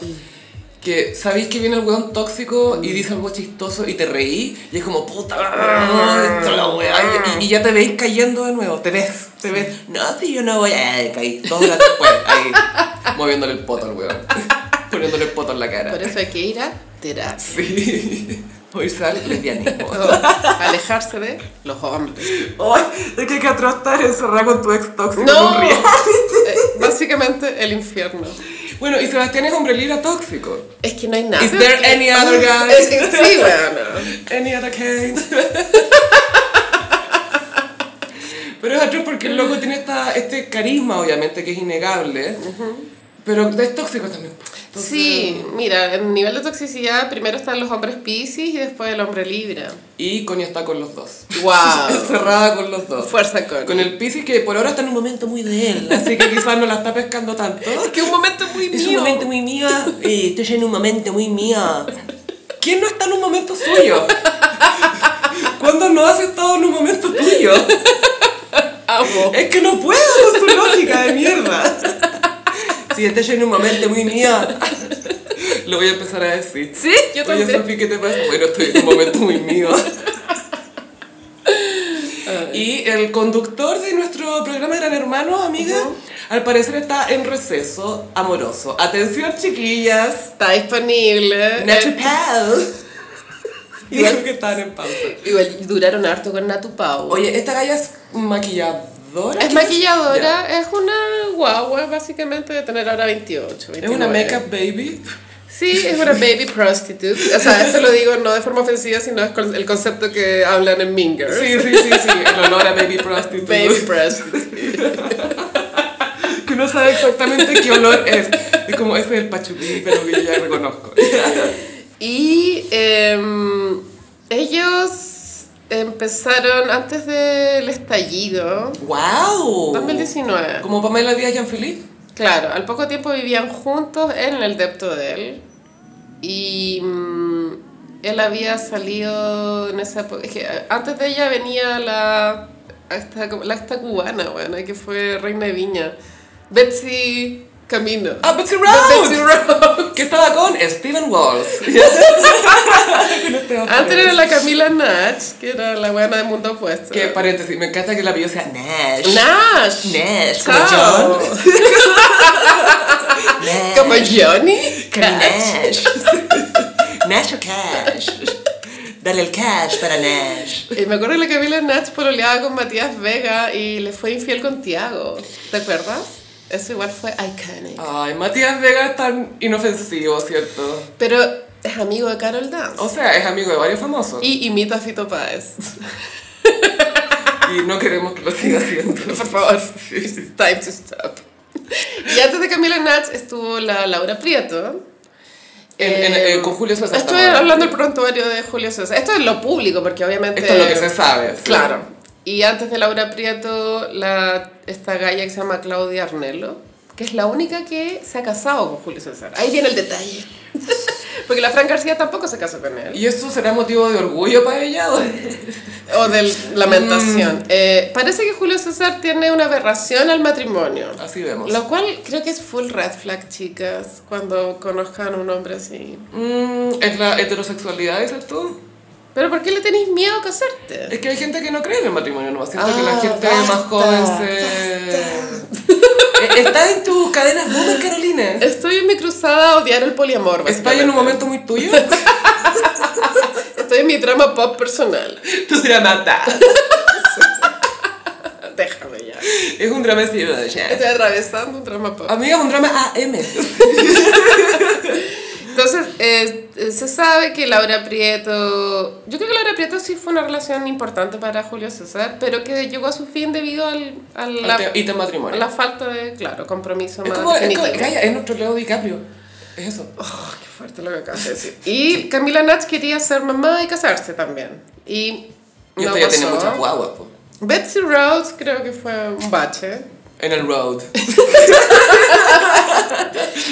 Que sabéis que viene el weón tóxico y dice algo chistoso y te reí, y es como, puta, ah, esto es la weá", y, y ya te veis cayendo de nuevo, te ves, te ves, no, si yo no voy a caer, dos horas después, ahí, moviéndole el poto al weón, <laughs> poniéndole el poto en la cara.
Por eso hay que ir a terapia.
Sí, <laughs> o irse al lesbianismo.
<laughs> Alejarse de los hombres.
Ay, es que hay que atrás estar encerrada con tu ex tóxico en un
No.
reality.
Eh, Básicamente el infierno.
Bueno, y Sebastián es hombre libre tóxico.
Es que no hay nada.
Is there
que-
any other guy?
Es que sí, bueno.
Any other kind. Pero es atroz porque el loco tiene esta, este carisma, obviamente, que es innegable. Pero es tóxico también. Entonces,
Sí, mira, en nivel de toxicidad primero están los hombres piscis y después el hombre libra.
Y Connie está con los dos. Ah.
¡Wow!
<laughs> Encerrada con los dos.
<laughs> Fuerza con.
Con el Pisces que por ahora está en un momento muy de él, así que quizás no la está pescando tanto.
que un momento muy
Es un momento muy mío. eh, estoy en un momento muy mío. ¿Quién no está en un momento suyo? ¿Cuándo no has estado en un momento tuyo? Ah,
Amo.
Es que no puedo con su lógica de mierda. Si estoy en un momento muy mío. Lo voy a empezar a decir.
Sí, yo
Oye,
también.
Sofi, ¿qué te pasa? Bueno, estoy en un momento muy mío. Y el conductor de nuestro programa Gran Hermano, amiga, al parecer está en receso amoroso. Atención, chiquillas.
Está disponible.
Nacho Pau. <laughs> Igual que están en pausa.
Eh, Igual duraron harto con Natu Pau.
Oye, esta galla es maquilladora.
es
¿qué?
maquilladora, es una guagua básicamente de tener ahora 28.
Es una
29.
makeup baby.
Sí, es una baby prostitute. O sea, esto lo digo no de forma ofensiva, sino es con- el concepto que hablan en Mean Girls.
Sí, sí, sí, sí. El olor a baby prostitute.
Baby prostitute.
<laughs> Que no sabe exactamente qué olor es. Es como ese del pachupí, pero que yo ya <laughs> reconozco.
Y em, ellos empezaron antes del estallido,
¡Wow!
2019.
Como Pamela Díaz y Jean-Philippe.
Claro, al poco tiempo vivían juntos en el depto de él. Y mm, él había salido en esa época. es que eh, antes de ella venía la. Esta, la esta cubana, bueno, que fue reina de viña. Betsy camino.
¡Ah, Betsy
De
Rhodes!
Betsy
<laughs>
Rhodes.
Que estaba con Steven <laughs> Walls. Con este otro.
Antes era Ah, la Camila Nash, que era la buena del mundo opuesto.
Que paréntesis, me encanta que la apellido sea Nash.
Nash.
Nash, como
Chao.
<laughs> John. Nash.
Como Johnny.
Como Nash. <laughs> Nash o Cash. Dale el cash para Nash.
Y Eh, me acuerdo que la Camila Nash pololeaba con Matías Vega y le fue infiel con Tiago. ¿Te acuerdas? Eso igual fue iconic.
Ay, Matías Vega es tan inofensivo, ¿cierto?
Pero es amigo de Carol Dance.
O sea, es amigo de varios famosos.
Y imita a
<laughs>
Fito Páez.
Y no queremos que lo siga haciendo.
Por favor, it's time to stop. Y antes de Camila Nats estuvo la Laura Prieto.
En- en-
Eh,
eh, con Julio César.
Estoy
estamos
hablando del prontuario de Julio César. Esto es lo público, porque obviamente...
Esto es lo que se sabe. ¿sí?
Claro. Y antes de Laura Prieto, la, esta galla que se llama Claudia Arnello, que es la única que se ha casado con Julio César. Ahí viene el detalle. <laughs> porque la Fran García tampoco se casó con él.
¿Y eso será motivo de orgullo para ella? <laughs> o de-
O de lamentación.
Mm.
Eh, parece que Julio César tiene una aberración al matrimonio.
Así vemos.
Lo cual creo que es full red flag, chicas, cuando conozcan a un hombre así.
Mm, ¿Es la heterosexualidad, dices tú?
Pero ¿por qué le tenéis miedo a casarte?
Es que hay gente que no cree en el matrimonio, ¿no? Siento que
Ah,
la gente
basta,
más joven se... <laughs> Eh, Está en tus cadenas boom, Carolina.
Estoy en mi cruzada a odiar el poliamor.
Estás en un momento muy
<laughs>
tuyo.
básicamente. Estoy en mi trama pop personal.
tu dramata.
Déjame ya.
Es un drama de
Estoy atravesando un trama pop.
Amiga, es un drama AM.
Entonces, eh, se sabe que Laura Prieto. Yo creo que Laura Prieto sí fue una relación importante para Julio César, pero que llegó a su fin debido al, a la,
Te- y te
a
matrimonio.
la falta de, claro, compromiso
es
más
como, es, como-
definitivo.
calla, es nuestro Leo DiCaprio. Es eso.
Oh, qué fuerte lo que acabas de decir. Y Camila Nach quería ser mamá y casarse también. Y
Y
no
usted ya tiene
pasó.
muchas guaguas, po.
Betsy Rhodes creo que fue un bache.
En el road.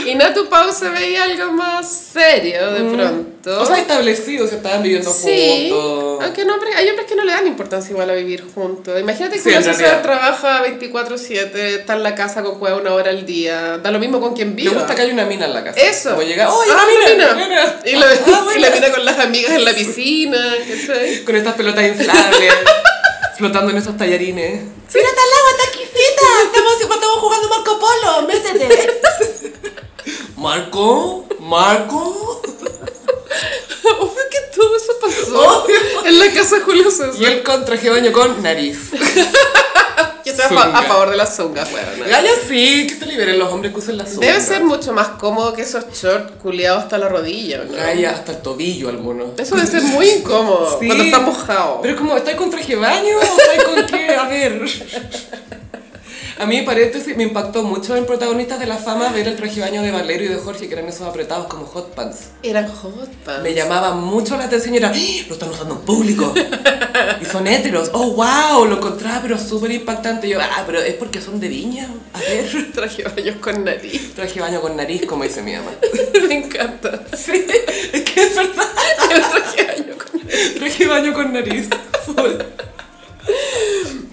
Y Natu Pau se veía algo más serio <laughs> de pronto.
Mm. O sea, establecidos, se estaban viviendo
sí. Ah,
juntos.
Aunque no, hombre- hay hombres que no le dan importancia igual a vivir juntos. Imagínate que
Sí,
uno
en realidad.
trabaja 24-7, está en la casa con cueva una hora al día, da lo mismo con quien
Le
viva.
gusta que hay una mina en la casa.
Eso.
Como llega, ¡oh,
Ah,
una mina!
una
nena!
Y la,
Ah,
y la
buena.
mina con las amigas en la piscina,
<laughs> <laughs>
¿cachai? <laughs>
Con estas pelotas inflables, flotando en estos tallarines.
Mira, está el agua, está exquisita. Estamos, estamos jugando Marco Polo, métete.
<laughs>
Marco, Marco.
Obvio que todo eso pasó en la casa de Julio César.
Y él con traje de baño con nariz.
Yo estoy a, fa-
Zunga.
a favor de las zungas, weón.
Gaya Ah, sí, que se liberen los hombres que usan la sombra.
Debe ser mucho más cómodo que esos shorts culeados hasta la rodilla, ¿no?
Gaya Ah, hasta el tobillo algunos.
Eso debe ser muy incómodo
Sí.
cuando está mojado.
Pero es como, ¿estáis con traje de baño o estáis con qué? A ver. A mí, paréntesis, me impactó mucho en Protagonistas de la Fama ver el traje de baño de Valerio y de Jorge, que eran esos apretados como hot pants.
Eran hot pants.
Me llamaba mucho la atención y era, ¡Ah! lo están usando en público. Y son héteros. Oh, wow, lo encontraba, pero súper impactante. Yo, ah, pero es porque son de viña. A ver.
Traje baños con nariz.
Traje de baño con nariz, como dice mi mamá.
<laughs>
<laughs>
Me encanta.
Sí, es que es verdad.
El traje baño con nariz.
<laughs> Traje de baño con nariz. Full.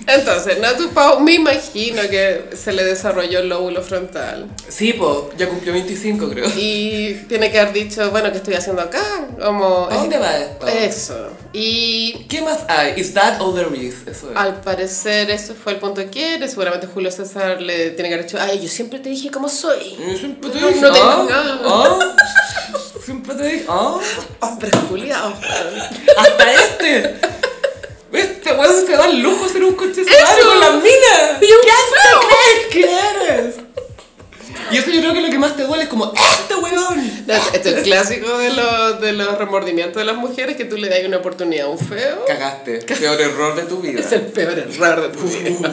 Entonces, Natu Pau, me imagino que se le desarrolló el lóbulo frontal.
Sí, po, ya cumplió 25, creo.
Y tiene que haber dicho, bueno, ¿qué estoy haciendo acá? Como,
¿A dónde va esto?
Eso. Y
¿Qué más hay? Is that all there is? Eso es.
Al parecer eso fue el punto que quiere, seguramente Julio César le tiene que haber dicho, ay, yo siempre te dije cómo soy.
Yo siempre te
No,
dije,
no tengo
ah,
nada.
ah, siempre te dije, ah,
Hombre, Julio.
<laughs> hasta este. Este weón se da el lujo de ser un coche
¡Eso!
con las minas.
¡Y un
¿Qué quieres? Y eso yo creo que lo que más te duele es como, ¡este weón!
feo! Este es el clásico de los, de los remordimientos de las mujeres, que tú le das una oportunidad a un feo.
Cagaste, peor error de tu
<laughs>
vida.
Es el peor error de tu vida.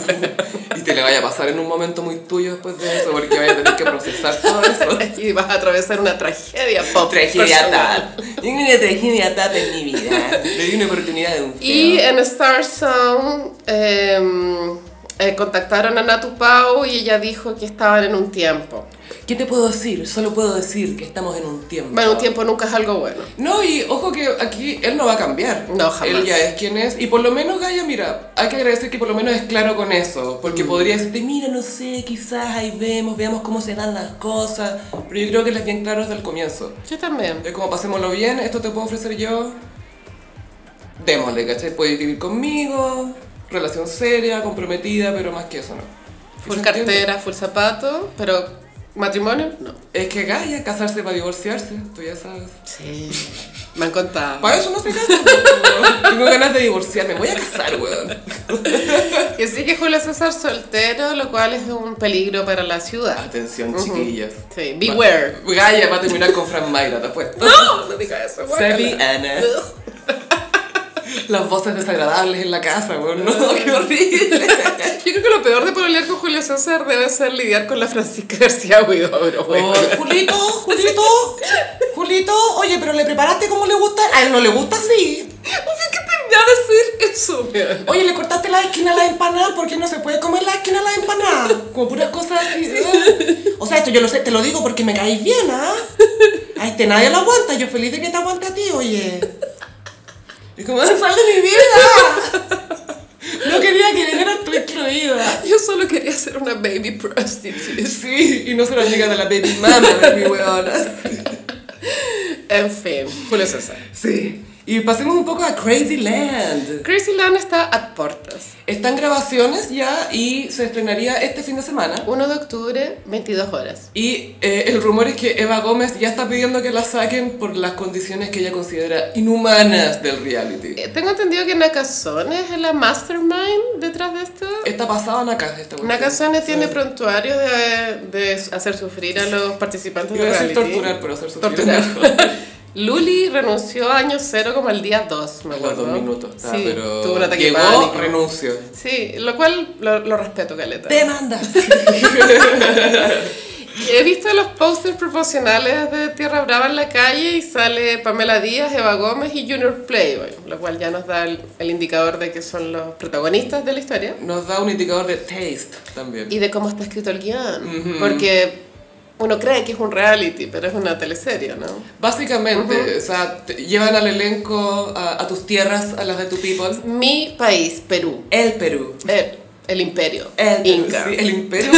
Y te le vaya a pasar en un momento muy tuyo después de eso, porque vaya a tener que procesar todo eso.
<laughs> Y vas a atravesar una tragedia pop.
Tragedia
personal.
tal. Ninguna tragedia tal en mi vida. Le di una oportunidad de un feo.
Y en Star Sound, em, eh, contactaron a Natu Pau y ella dijo que estaban en un tiempo.
¿Qué te puedo decir? Solo puedo decir que estamos en un tiempo.
Bueno, un tiempo nunca es algo bueno.
No, y ojo que aquí él no va a cambiar.
No, jamás.
Él ya es quien es. Y por lo menos, Gaia, mira, hay que agradecer que por lo menos es claro con eso.
Mm.
Porque podría decirte, mira, no sé, quizás ahí vemos, veamos cómo se dan las cosas. Pero yo creo que él es bien claro desde el comienzo.
Yo también.
Es como, pasémoslo bien, esto te puedo ofrecer yo. Démosle, ¿cachai? Puedes vivir conmigo, relación seria, comprometida, pero más que eso no.
Full
¿Se
cartera,
entiende?
full zapato, pero matrimonio, no.
Es que Gaia, casarse para divorciarse, tú ya sabes.
Sí. Me han contado.
Para eso no se casa. weón. <laughs> Tengo ganas de divorciarme, voy a casar, weón.
Y sí que Julio César soltero, lo cual es un peligro para la ciudad.
Atención, chiquillas.
Sí, beware.
Gaia va a terminar con Fran Mayra, te apuesto.
No, no diga eso.
Sally
guácala. <laughs>
Anna. Las voces desagradables en la casa, weón. No, <laughs> qué horrible.
Yo creo que lo peor de pololear con Julio César debe ser lidiar con la Francisca García Huidobro, <laughs> güey.
Oh, Julito, Julito, Julito, oye, pero le preparaste como le gusta. A él no le gusta así.
Obvio que tendría que decir eso, güey.
Oye, le cortaste la esquina a la empanada porque no se puede comer la esquina a la empanada. Como puras cosas así. ¿eh? O sea, esto yo lo sé, te lo digo porque me caís bien, ¿ah? A este nadie lo aguanta, yo feliz de que te aguante a ti, oye. Y como, sal de mi vida. No quería que vinieras tú excluida.
Yo solo quería ser una baby prostitute.
Sí, y no ser amiga de la baby mama, de mi weona.
En fin, Julio César.
Sí. Y pasemos un poco a Crazy Land.
Crazy Land está a portas.
Están grabaciones ya y se estrenaría este fin de semana.
1 de octubre, 22 horas.
Y eh, el rumor es que Eva Gómez ya está pidiendo que la saquen por las condiciones que ella considera inhumanas del reality.
Eh, tengo entendido que Nakazone es la mastermind detrás de esto.
Está pasada Nakazone esta cuestión.
Nakazone
Sí.
tiene prontuario de, de hacer sufrir a los participantes
Iba a
de
decir
reality.
torturar, pero hacer sufrir. <laughs>
Torturar. <laughs> Luli renunció a año cero como el día 2, me
A
acuerdo.
los dos minutos. Ah,
sí,
pero
tuvo un ataque de
llegó,
pánico.
renuncio.
Sí, lo cual lo, lo respeto, Caleta.
Demanda.
He visto los pósters proporcionales de Tierra Brava en la calle y sale Pamela Díaz, Eva Gómez y Junior Playboy, lo cual ya nos da el, el indicador de que son los protagonistas de la historia
<laughs> Nos da un indicador de taste también.
y de cómo está escrito el guión, porque uno cree que es un reality, pero es una teleserie, ¿no?
Básicamente, o sea, te- llevan al elenco a, a tus tierras, a las de tu people.
Mi país, Perú,
El Perú.
el, Eh, el imperio,
El
Inca.
sí, el
<laughs>
imperio.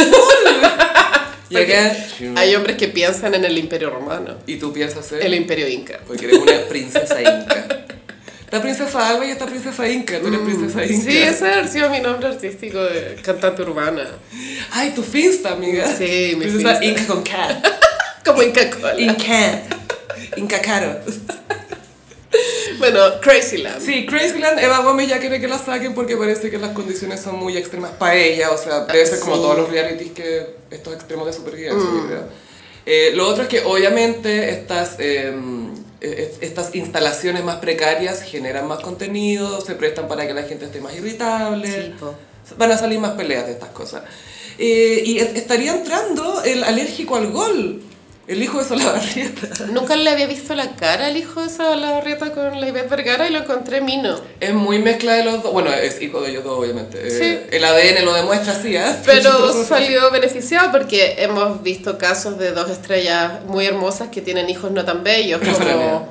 y,
Porque
acá-
Hay hombres que piensan en el imperio romano,
y tú piensas ser.
el imperio inca.
Porque eres una princesa inca. Está princesa Alba y está princesa inca. Tú eres princesa inca.
Mm, Sí, ese ha sido mi nombre artístico de cantante urbana.
Ay, tu finsta, amiga.
Sí, mi
Princesa
finsta.
inca con cat.
Como Inca Cola.
Inca. Inca caro.
Bueno, Crazyland.
Sí, Crazyland, Eva Gómez ya quiere que la saquen porque parece que las condiciones son muy extremas para ella. O sea, debe ser como
Sí. Mm.
todos los realities que estos extremos de supervivencia, yo creo. Eh, lo otro es que obviamente estas, eh, es- estas instalaciones más precarias generan más contenido, se prestan para que la gente esté más irritable.
Sí, po.
Van a salir más peleas de estas cosas. Eh, y e- estaría entrando el alérgico al gol, el hijo de Solabarrieta.
Nunca le había visto la cara al hijo de esa barrieta con la Ivette Vergara y lo encontré mino.
Es muy mezcla de los dos. Bueno, es hijo de ellos dos, obviamente. Eh,
Sí.
el ADN lo demuestra así, ¿ah? <laughs>
Pero salió beneficiado porque hemos visto casos de dos estrellas muy hermosas que tienen hijos no
<laughs>
tan bellos.
Pero
Como...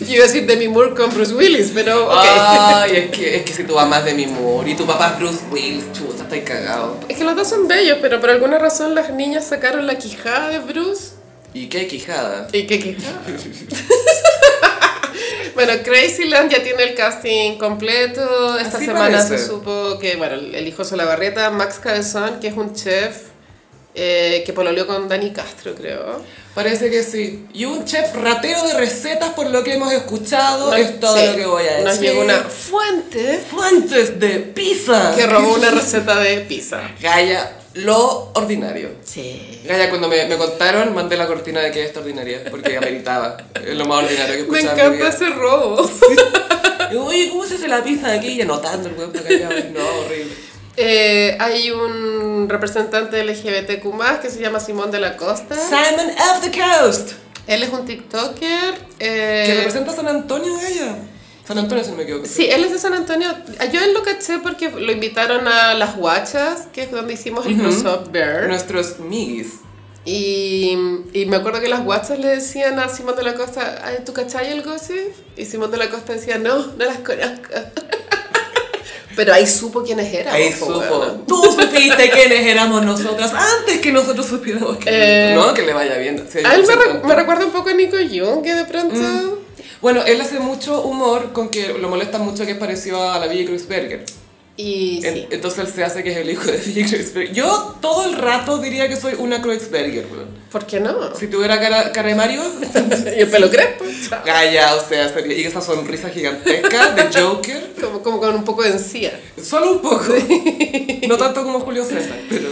Yo iba a decir Demi Moore con Bruce Willis, pero ok.
Ah, Ay, es que, es que si tú amas de mi amor y tu papá es Bruce Willis, chuta, estás cagado.
Es que los dos son bellos, pero por alguna razón las niñas sacaron la quijada de Bruce.
Y qué quijada.
¿Y qué quijada? <laughs> Bueno, Crazyland ya tiene el casting completo. Esta
Así
semana se
parece.
supo que, bueno, el hijo Solabarrieta, Max Cabezón, que es un chef eh, que pololeó con Dani Castro, creo.
Parece que sí. Y un chef ratero de recetas, por lo que hemos escuchado, es todo
Sí.
lo que voy a decir.
Nos llegó una fuente
Fuentes de pizza.
que robó una receta de pizza.
Gaya, lo ordinario.
Sí.
Gaya, cuando me, me contaron, mandé la cortina de que es ordinaria, porque ameritaba. Es lo más ordinario que he
Me
escuchado en mi
encanta
vida.
ese robo.
Digo, Oye, ¿cómo se hace la pizza de aquí? Y anotando el weón para callado. No, horrible.
Eh, hay un representante LGBTQ, que se llama Simón de la Costa.
Simon of the Coast.
Él es un TikToker. eh,
Que representa a San Antonio de ella. San Antonio, si no me equivoco.
Sí, él es de San Antonio. Yo él lo caché porque lo invitaron a Las Guachas, que es donde hicimos el
Ujú.
crossover.
Nuestros migis.
Y, y me acuerdo que las guachas le decían a Simón de la Costa, "Ay, ¿tú cachai el gossip? Y Simón de la Costa decía, no, no las conozco. <laughs> Pero ahí supo quiénes eran. pues,
Ahí
po,
supo.
weona.
Tú supiste quiénes éramos nosotras antes que nosotros supiéramos que
Eh,
no, que le vaya bien. Sí, Mm.
A él
yo
me,
sé
recu-
tanto.
me recuerda un poco a Nico Jung, que de pronto...
Bueno, él hace mucho humor con que lo molesta mucho que es parecido a la Billie Kreuzberger.
Y
En-
sí.
Entonces él se hace que es el hijo de Billie Kreuzberger. Yo todo el rato diría que soy una Kreuzberger. weón.
¿Por
<laughs>
qué no?
Si tuviera cara, cara de Mario,
y el pelo crespo. chao.
calla, o sea, sería- y esa sonrisa gigantesca de Joker.
Como, como con un poco de encía.
Solo un poco. No tanto como Julio César, pero...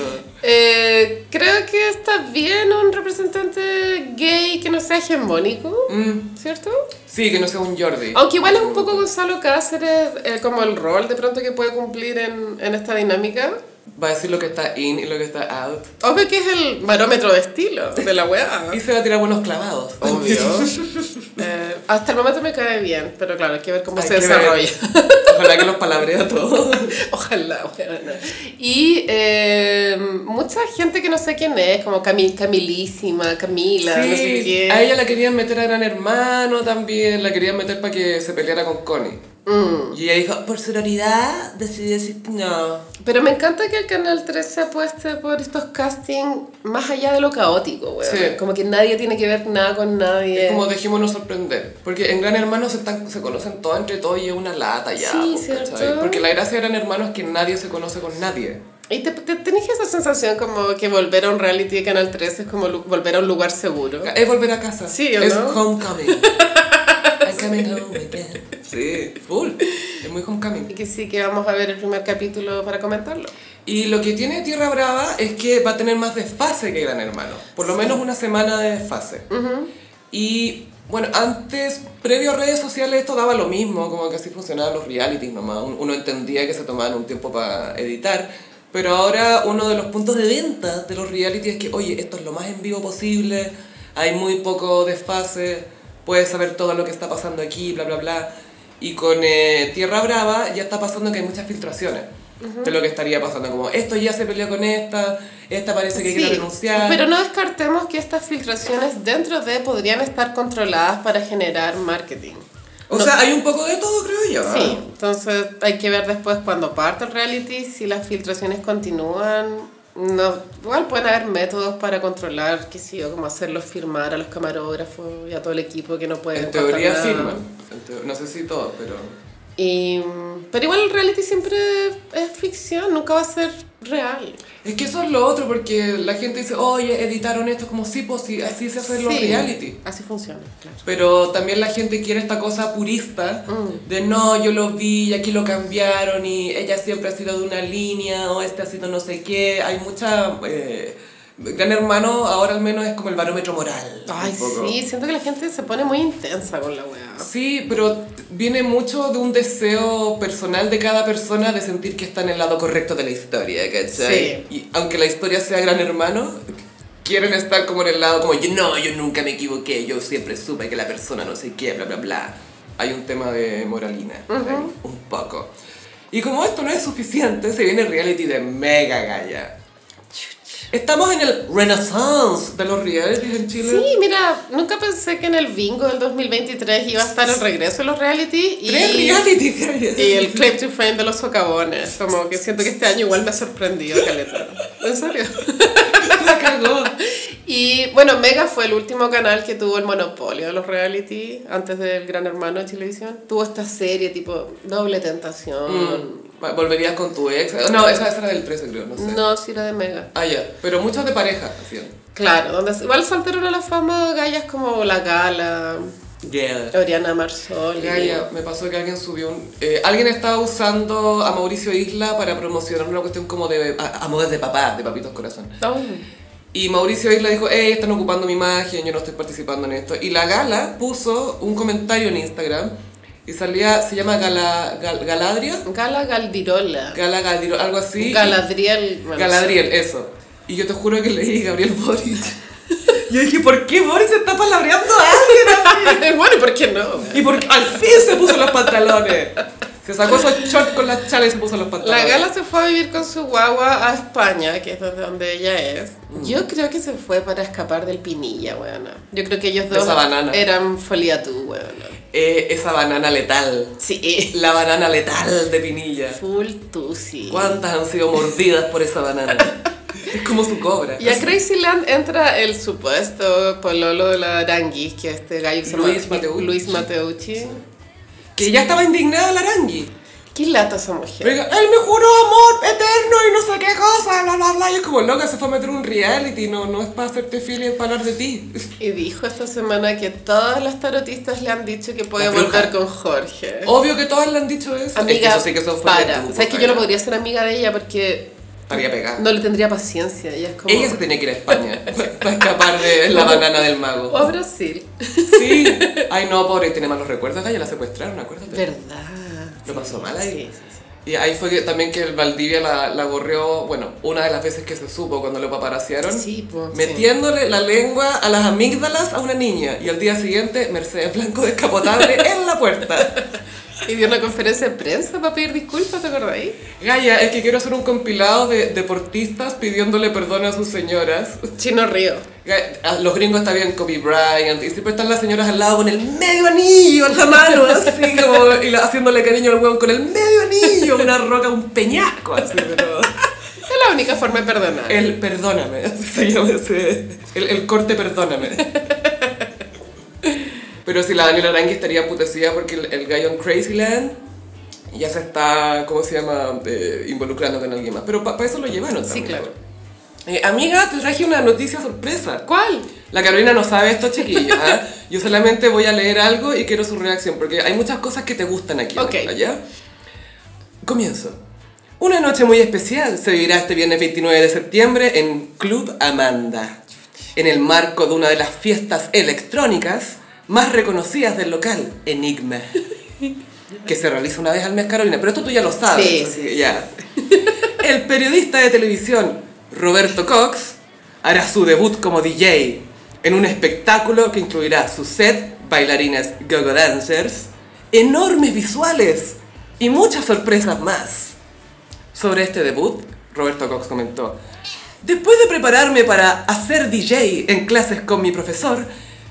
Eh, creo que está bien un representante gay que no sea hegemónico,
Mm,
¿cierto?
sí, que no sea un Jordi.
Aunque igual es un poco Gonzalo Cáceres eh, como el rol de pronto que puede cumplir en, en esta dinámica.
Va a decir lo que está in y lo que está out.
Obvio que es el barómetro de estilo de la weá.
<laughs> Y se va a tirar buenos
<laughs>
clavados.
Obvio. Eh, hasta el momento me cae bien, pero claro, hay que ver cómo
Hay
se
que ver.
desarrolla.
Ojalá que los palabrea todo.
<laughs> Ojalá, weona. Y eh, mucha gente que no sé quién es, como Cami- Camilísima, Camila, no sé
Sí,
quién.
a ella la querían meter a Gran Hermano también, la querían meter para que se peleara con Connie.
Mm.
Y ella dijo,
Por sororidad decidí decir no.
Pero me encanta que el Canal 13 apueste por estos castings más allá de lo caótico, güey.
Sí.
Como que nadie tiene que ver nada con nadie.
es como dejémonos sorprender. Porque en Gran Hermano se, están, se conocen todos entre todos y es una lata ya.
Sí,
pues,
¿cierto?
¿cachai? Porque la gracia de Gran Hermano es que nadie se conoce con nadie.
Y te, te- tenés esa sensación como que volver a un reality de Canal 13 es como lu- volver a un lugar seguro.
Es volver a casa.
Sí, ¿o
Es
no?
homecoming.
<laughs>
I'm coming home again. Sí, full. Es muy homecoming.
Y que sí que vamos a ver el primer capítulo para comentarlo.
Y lo que tiene Tierra Brava es que va a tener más desfase que Gran Hermano. Por lo menos una semana de desfase. Y bueno, antes, previo a redes sociales, esto daba lo mismo, como que así funcionaban los realities nomás. Un- Uno entendía que se tomaban un tiempo para editar. Pero ahora uno de los puntos de venta de los realities es que, oye, esto es lo más en vivo posible, hay muy poco desfase, puedes saber todo lo que está pasando aquí, bla, bla, bla. Y con eh, Tierra Brava ya está pasando que hay muchas filtraciones de lo que estaría pasando. Como, esto ya se peleó con esta, esta parece que quiere renunciar.
pero no descartemos que estas filtraciones dentro de podrían estar controladas para generar marketing.
O
No-
sea, hay un poco de todo, creo yo. ¿ah?
Sí, entonces hay que ver después cuando parte el reality, si las filtraciones continúan. No, igual pueden haber métodos para controlar, qué sé yo, como hacerlos firmar a los camarógrafos y a todo el equipo que no pueden
En
contar
teoría
nada.
firman. En teo- No sé si todos, pero...
Y, pero igual el reality siempre es ficción, nunca va a ser real.
Es que eso es lo otro, porque la gente dice, oye, editaron esto, como sí, pues sí, así se hacen los
Sí,
reality.
Así funciona, claro.
Pero también la gente quiere esta cosa purista
Mm.
de no, yo lo vi y aquí lo cambiaron y ella siempre ha sido de una línea o este ha sido no sé qué. Hay mucha... eh, Gran Hermano ahora al menos es como el barómetro moral.
Ay,
un poco.
sí, siento que la gente se pone muy intensa con la weá.
Sí, pero viene mucho de un deseo personal de cada persona de sentir que está en el lado correcto de la historia, ¿cachai? Y aunque la historia sea gran hermano, quieren estar como en el lado como, yo no, yo nunca me equivoqué, yo siempre supe que la persona no sé qué, bla, bla, bla. Hay un tema de moralina, ahí, un poco. Y como esto no es suficiente, se viene el reality de mega galla. Estamos en el renaissance de los realities en Chile.
Sí, mira, nunca pensé que en el bingo del 2023 iba a estar el regreso de los reality y,
Tres realities, galla.
y el claim to fame de los socavones. Como que siento que este año igual me ha sorprendido, Caleta. En serio.
<laughs> La cagó.
Y bueno, Mega fue el último canal que tuvo el monopolio de los reality antes del Gran Hermano de Televisión. Tuvo esta serie tipo Doble Tentación.
Mm. ¿Volverías con tu ex? No, esa, esa era del 13, creo, no sé.
No, sí era de Mega.
Ah, ya. Pero muchos de pareja hacían.
Claro, donde igual saltaron a la fama gallas como La Gala,
Yeah.
Oriana Marsol.
Gaya, me pasó que alguien subió un... eh, alguien estaba usando a Mauricio Isla para promocionar una cuestión como de... A, a modas de papá, de papitos corazón. Y Mauricio Isla dijo, hey, están ocupando mi imagen, yo no estoy participando en esto. Y la gala puso un comentario en Instagram y salía, se llama Gala, Gal- Galadria,
Gala Galdirola.
Gala Galadriel, algo así.
Galadriel. bueno,
Galadriel, eso. Y yo te juro que leí Gabriel Boric. Yo dije, ¿por qué Boris está palabreando a alguien así?
<laughs> bueno, ¿por qué no?
Y porque al fin se puso los pantalones. Se sacó esos shorts con las chales y se puso los
La
pantalones.
gala se fue a vivir con su guagua a España, que es desde donde ella es. Mm. Yo creo que se fue para escapar del Pinilla, weona. Yo creo que ellos
De
dos
esa banana.
eran folia tú, weona.
Eh, esa banana letal.
Sí.
La banana letal de Pinilla.
Full tusi.
¿Cuántas han sido mordidas por esa banana? Es como su cobra.
Y a Crazyland entra el supuesto pololo de la Aranguis, que este gallo que se llama
Luis Mateucci.
Luis Mateucci.
Que ya estaba indignada la arangui.
Qué lata esa mujer.
Oiga, él me juró amor eterno y no sé qué cosa, bla, bla, bla. Y es como loca, se fue a meter un reality, no, no es para hacerte fiel y para hablar de ti.
Y dijo esta semana que todas las tarotistas le han dicho que puede
La bruja.
volver con Jorge.
Obvio que todas le han dicho eso. es que
Amiga,
yo sé que eso fue
para.
de tu,
o sea, es que yo no
compadre.
podría ser amiga de ella porque
Estaría pegada.
no le tendría paciencia. Ella es como...
Ella se tenía que ir a España para escapar de la banana del
O
mago.
<laughs> a Brasil.
Sí. Ay, no, pobre, tiene malos recuerdos. Ay, ya la secuestraron, acuérdate.
¿Verdad?
Lo pasó mal
Sí,
ahí.
sí, sí.
Y ahí fue que, también que el Valdivia la, la gorreó, bueno, una de las veces que se supo cuando lo paparaciaron,
Sí, po, sí.
metiéndole la lengua a las amígdalas a una niña. Y al día siguiente, Mercedes Blanco descapotable en la
<laughs>
puerta.
Y dio una conferencia de prensa para pedir disculpas, ¿te acordáis?
Gaya, es que quiero hacer un compilado de deportistas pidiéndole perdón a sus señoras.
Chino Río.
Gaya, a ah, Los gringos está bien Kobe Bryant y siempre están las señoras al lado con el medio anillo en la mano, así como y la- haciéndole cariño al hueón con el medio anillo, una roca, un peñasco, así, pero...
Es la única forma de perdonar.
El perdóname, se llama ese- El, el corte perdóname. Pero si la Daniela Arangui estaría emputecida porque el, el gallo en Crazyland ya se está, ¿cómo se llama?, Eh, involucrando con alguien más. Pero para eso lo llevaron
Sí,
también.
claro.
Eh, amiga, te traje una noticia sorpresa.
¿Cuál?
La Carolina no sabe esto, chiquilla. ¿ah? Yo solamente voy a leer algo y quiero su reacción, porque hay muchas cosas que te gustan aquí.
Ok.
Allá. Comienzo. Una noche muy especial se vivirá este viernes 29 de septiembre en Club Amanda, en el marco de una de las fiestas electrónicas más reconocidas del local,
<laughs>
Enigma, que se realiza una vez al mes, Carolina. Pero esto tú ya lo sabes.
Sí,
así
sí,
que Ya. El periodista de televisión Roberto Cox hará su debut como DJ en un espectáculo que incluirá su set, bailarinas go-go dancers, enormes visuales y muchas sorpresas más. Sobre este debut, Roberto Cox comentó, Después de prepararme para hacer DJ en clases con mi profesor,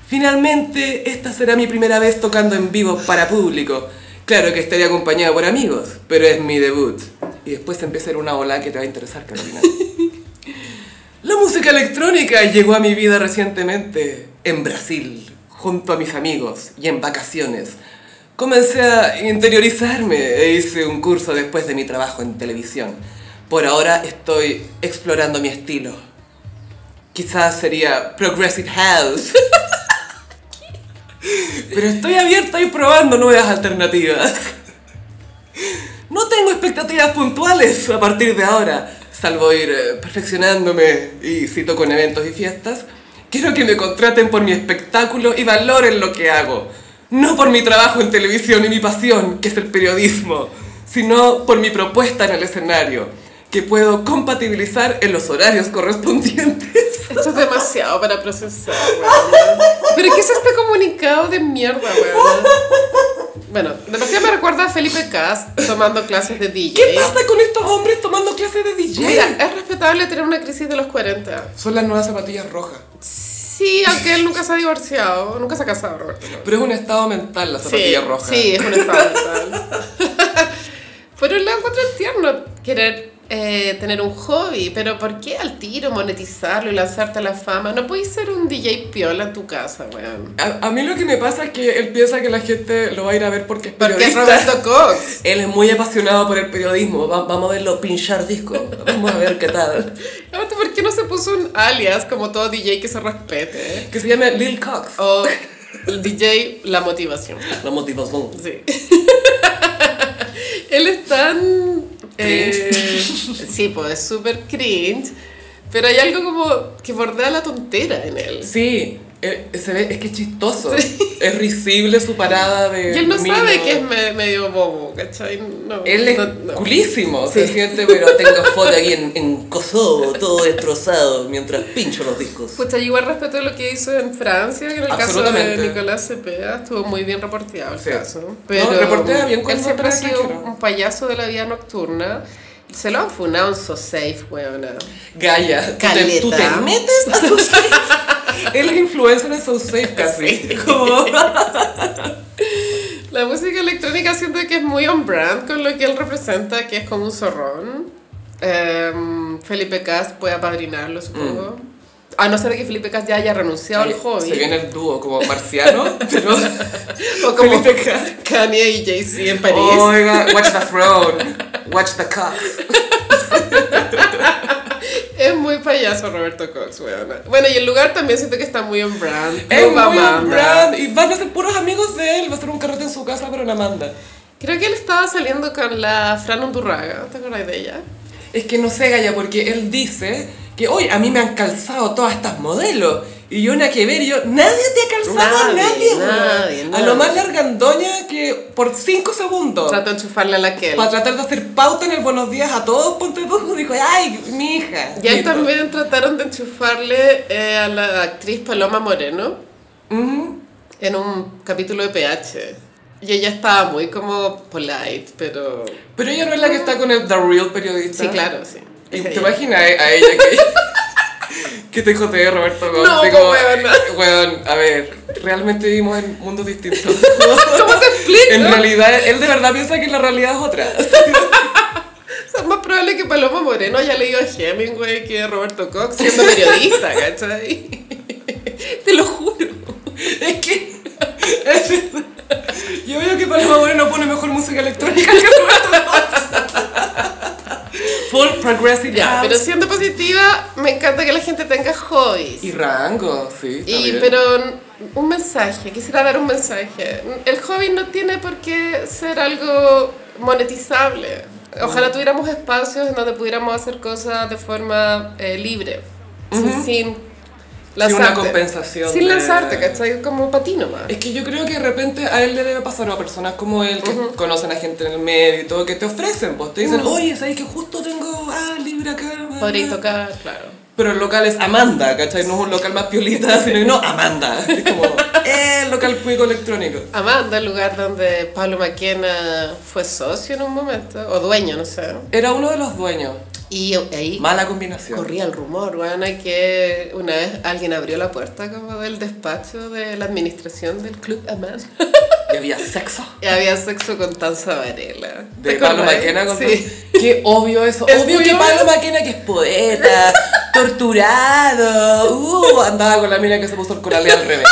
finalmente esta será mi primera vez tocando en vivo para público. Claro que estaré acompañado por amigos, pero es mi debut. Y después empieza a ir una ola que te va a interesar, Carolina. La música electrónica llegó a mi vida recientemente en Brasil, junto a mis amigos y en vacaciones. Comencé a interiorizarme e hice un curso después de mi trabajo en televisión. Por ahora estoy explorando mi estilo. Quizás sería Progressive House. <laughs> Pero estoy abierta y probando nuevas alternativas. No tengo expectativas puntuales a partir de ahora, salvo ir eh, perfeccionándome y si toco en eventos y fiestas. Quiero que me contraten por mi espectáculo y valoren lo que hago. No por mi trabajo en televisión y mi pasión, que es el periodismo, sino por mi propuesta en el escenario, que puedo compatibilizar en los horarios correspondientes. <laughs>
Esto es demasiado para procesar, weón. ¿Pero qué es este comunicado de mierda, weón? Bueno, de partida me recuerda a Felipe Cas tomando clases de DJ.
¿Qué pasa con estos hombres tomando clases de DJ?
Mira, es respetable tener una crisis de los 40.
Son las nuevas zapatillas rojas.
Sí, aunque él nunca se ha divorciado, nunca se ha casado, Roberto. ¿no?
Pero es un estado mental la
Sí,
zapatilla roja.
sí, es un estado <laughs> mental. Pero lo encuentro tierno querer eh, tener un hobby, pero ¿por qué al tiro monetizarlo y lanzarte a la fama? No puedes ser un DJ piola en tu casa, weón.
A, a mí lo que me pasa es que él piensa que la gente lo va a ir a ver porque es
Porque es
periodista.
Roberto Cox.
Él es muy apasionado por el periodismo. Va- vamos a verlo pinchar disco. Vamos a ver qué tal.
<laughs> Aparte, ¿por qué no se puso un alias como todo DJ que se respete?
Que se llame Lil Cox.
O el DJ La Motivación.
La motivación.
Sí. <laughs> Él es tan... eh, sí, pues es súper cringe, pero hay algo como que bordea la tontera en él.
Sí, eh, se ve, es que es chistoso. Es risible su parada de.
Y él no
mino.
sabe que es me- medio bobo, ¿cachai? No,
Él es
no- no.
culísimo, se
Sí.
siente, pero tengo foto aquí en, en Kosovo, todo destrozado, mientras pincho los discos.
Pucha, yo igual respeto lo que hizo en Francia, que en el caso de
Absolutamente.
Nicolás Cepeda estuvo muy bien reporteado el
Sí.
caso. Pero
No, reportea bien
él
cuando
siempre ha
está
sido
extranjero.
un payaso de la vida nocturna. Se lo han funado en So Safe, weona.
Gaya, tú te,
Caleta.
tú te metes a
<laughs>
sus Él es influencer en sus casi. Como...
La música electrónica siento que es muy on brand con lo que él representa, que es como un zorrón. Em, Felipe Cas puede apadrinarlo, supongo. A no ser que Felipe Cas <laughs> ya ¿eh? haya renunciado al hobby.
Mm. Se viene el dúo como marciano, <laughs> pero.
O como
Felipe Cas. Oh,
Kanye y Jay-Z en París.
Oiga, watch the throne, watch the cops.
Es muy payaso Roberto Cox, weona. Bueno, y el lugar también siento que está muy on brand.
Es
Rumba
muy
Mamba.
on brand. Y van a ser puros amigos de él. Va a ser un carrete en su casa con una Amanda.
Creo que él estaba saliendo con la Fran Undurraga, ¿te acuerdas de ella?
Es que no sé, Gaya, porque él dice que hoy a mí me han calzado todas estas modelos. Y yo una que ver, y yo, nadie te ha calzado a
Nadie,
nadie, weón".
nadie,
A lo
nadie.
más la argandoña que por 5 segundos.
Trató de enchufarle a la que
Para tratar de hacer pauta en el buenos días a todos, ponte tú, dijo, ay, mi hija.
Y ahí
Listo.
también trataron de enchufarle eh, a la actriz Paloma Moreno
Ujú.
en un capítulo de PH. Y ella estaba muy como polite, pero...
Pero ella no es la que está con el The Real periodista.
Sí, claro, sí.
¿Y
Es
te
ella.
imaginas a ella que, <laughs> que te jotee Roberto Gómez?
No,
Así como,
weón, no.
"Weón, a ver, realmente vivimos en mundos
<laughs>
distintos.
¿Cómo te explico?
En realidad, él de verdad piensa que la realidad es otra.
O sea, es más probable que Paloma Moreno haya leído a Hemingway que Roberto Cox
<laughs>
siendo periodista, ¿cachai? Te lo juro.
Es que... es verdad. yo veo que Paloma Moreno pone mejor música electrónica que Roberto Gómez. Full progressive
Ya,
house.
pero siendo positiva, me encanta que la gente tenga hobbies.
Y rango, sí. está
Y,
bien.
pero n- un mensaje, quisiera dar un mensaje. El hobby no tiene por qué ser algo monetizable.
Mm.
Ojalá tuviéramos espacios en donde pudiéramos hacer cosas de forma eh, libre, sin- sin lanzarte.
una compensación
Sin
de-
lanzarte, ¿cachai? Como patino más.
Es que yo creo que de repente a él le debe pasar o a personas como él que conocen a gente en el medio y todo que te ofrecen, pues te dicen, oye, ¿sabes que justo tengo ah, libre acá? bla, bla,
Podréis
bla"?
tocar, claro.
Pero el local es Amanda, ¿cachai? No es un local más piolita, sino que no, Amanda. Es como, <laughs> eh, el local público electrónico.
Amanda, el lugar donde Pablo Maquena fue socio en un momento, o dueño, no sé.
Era uno de los dueños.
Y ahí
Mala combinación.
corría el rumor, weona, que una vez alguien abrió la puerta como del despacho de la administración del club Amanda. <laughs>
Y había sexo.
y había sexo con Tanza Varela.
De
¿Te
Pablo
acordás?
Maquena con
Sí.
Qué obvio eso.
Es
obvio
muy
que
obvio.
Pablo Maquena que es poeta, <laughs> torturado. Uh, andaba con la mina que se puso el colale al revés.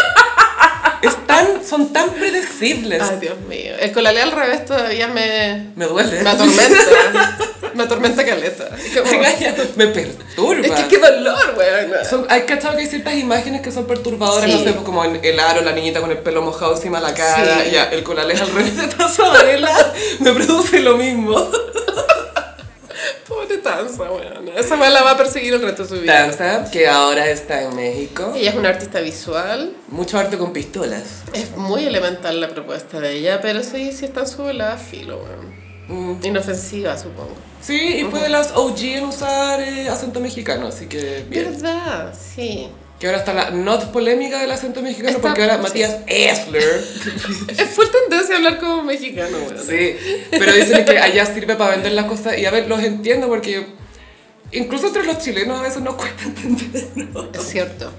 Es tan, son tan predecibles.
Ay, Dios mío. El colalé al revés todavía me,
me duele.
me atormenta. me atormenta caleta. Es como-
Gaya, <laughs> me perturba.
es que qué dolor, weona.
Son- hay cachado que hay ciertas imágenes que son perturbadoras,
Sí.
no sé, pues como en el aro, la niñita con el pelo mojado encima de la cara,
Sí.
ya, el colale al revés de Taza Varela, <laughs> me produce lo mismo.
Pobre Tanza, weona. Esa weona la va a perseguir el resto de su vida.
Danza, que ahora está en México,
Ella es una artista visual.
mucho arte con pistolas.
Es muy elemental la propuesta de ella, pero sí, sí está en su velada filo, weón. Inofensiva, supongo.
Sí, y fue de las OG en usar eh, acento mexicano, así que bien.
¿Verdad? Sí.
Que ahora está la not polémica del acento mexicano
Está-
porque ahora
sí.
Matías Esler.
<laughs> Es full tendencia a hablar como mexicano, weón.
Sí, pero dicen que allá sirve para vender las cosas y a ver, los entiendo porque incluso entre los chilenos a veces nos cuesta entendernos.
Es cierto.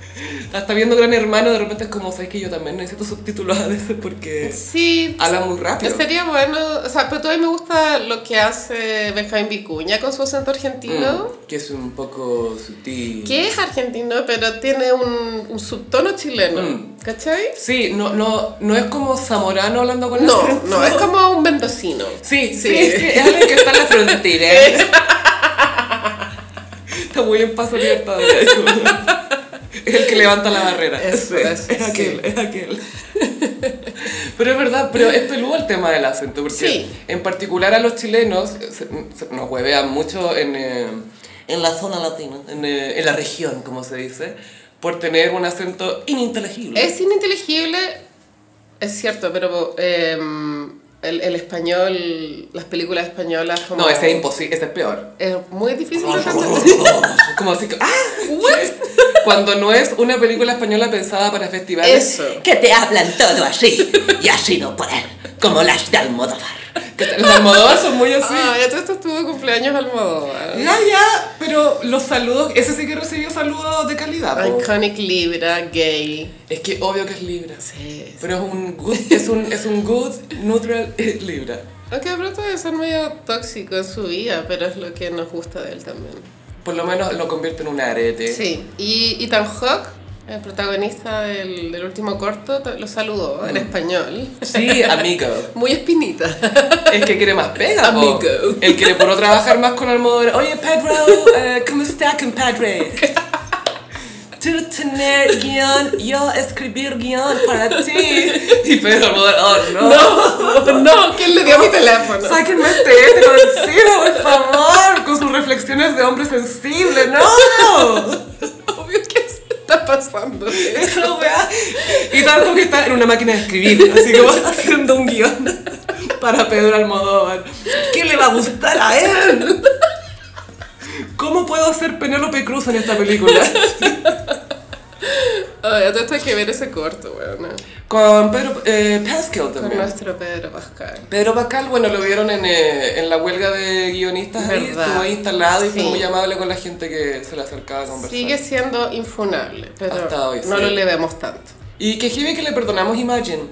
Hasta viendo Gran Hermano de repente es como, sabes que yo también necesito subtítulos a veces porque
Sí.
hablan muy rápido.
Sería bueno, o sea, pero todavía me gusta lo que hace Benjamín Vicuña con su acento argentino,
Mm, que es un poco sutil.
que es argentino, pero tiene un, un subtono chileno,
Mm.
¿cachai?
Sí, no, no, no es como Zamorano hablando con
No,
acento.
no, es como un mendocino.
Sí, sí,
Sí.
sí, es alguien que está en la
<laughs>
frontera. está muy en paso libertadores. Es el que levanta la barrera. Sí,
Eso, eso,
es
sí.
aquel, es aquel. Pero es verdad, pero es peludo el tema del acento, porque
Sí.
en particular a los chilenos se- se- nos huevean mucho en, eh, en la zona latina, en, eh, en la región, como se dice. por tener un acento ininteligible.
Es ininteligible, es cierto, pero eh, el, el español, las películas españolas... como-
No, ese es imposible, ese es peor.
Es muy difícil
<laughs>
de entender.
<laughs>
Como así, que- ¡ah! Cuando no es una película española pensada para festivales,
Eso.
Que te hablan todo así. Y así no pueden. Como las de Almodóvar.
que los almodóvar son muy así.
Ah, ya todo esto estuvo de cumpleaños ¿eh? Almodóvar.
Ya, ya, pero los saludos, ese sí que recibió saludos de calidad. po.
Iconic Libra, gay.
Es que obvio que es Libra.
Sí.
Pero es un good, es un, es un good, neutral eh, Libra.
Aunque de pronto debe ser medio tóxico en su vida, pero es lo que nos gusta de él también.
Por lo menos lo convierte en un arete.
Sí. Y Ethan Hawke, el protagonista del, del último corto, ta- lo saludó en español.
Sí, amigo.
Muy <laughs> espinita.
Es que quiere más pega, po.
Amigo.
Él quiere puro trabajar más con Almodóvar. Oye, Pedro, eh, ¿cómo está, compadre? Tú tener guión, yo escribir guión para ti. Y Pedro Almodóvar, oh no.
no, ¿quién le dio mi teléfono?
Sáquenme este hétero de encima, por favor, con sus reflexiones de hombre sensible, no.
Obvio que se está pasando.
Esa weá. Y tanto que está en una máquina de escribir, así que va <laughs> haciendo un guión para Pedro Almodóvar. ¿Qué le va a gustar a él? ¿Cómo puedo hacer Penélope Cruz en esta película?
Ay, a todo esto hay que ver ese corto, bueno.
Con Pedro eh, Pascal
Con
también.
nuestro Pedro Pascal.
Pedro Pascal, bueno, lo vieron en, eh, en la huelga de guionistas, ahí,
Verdad.
estuvo ahí instalado y fue
Sí.
muy amable con la gente que se le acercaba a conversar.
Sigue siendo infunable, pero
Hasta hoy,
no
sí.
lo le vemos tanto.
Y que heavy que le perdonamos Imagine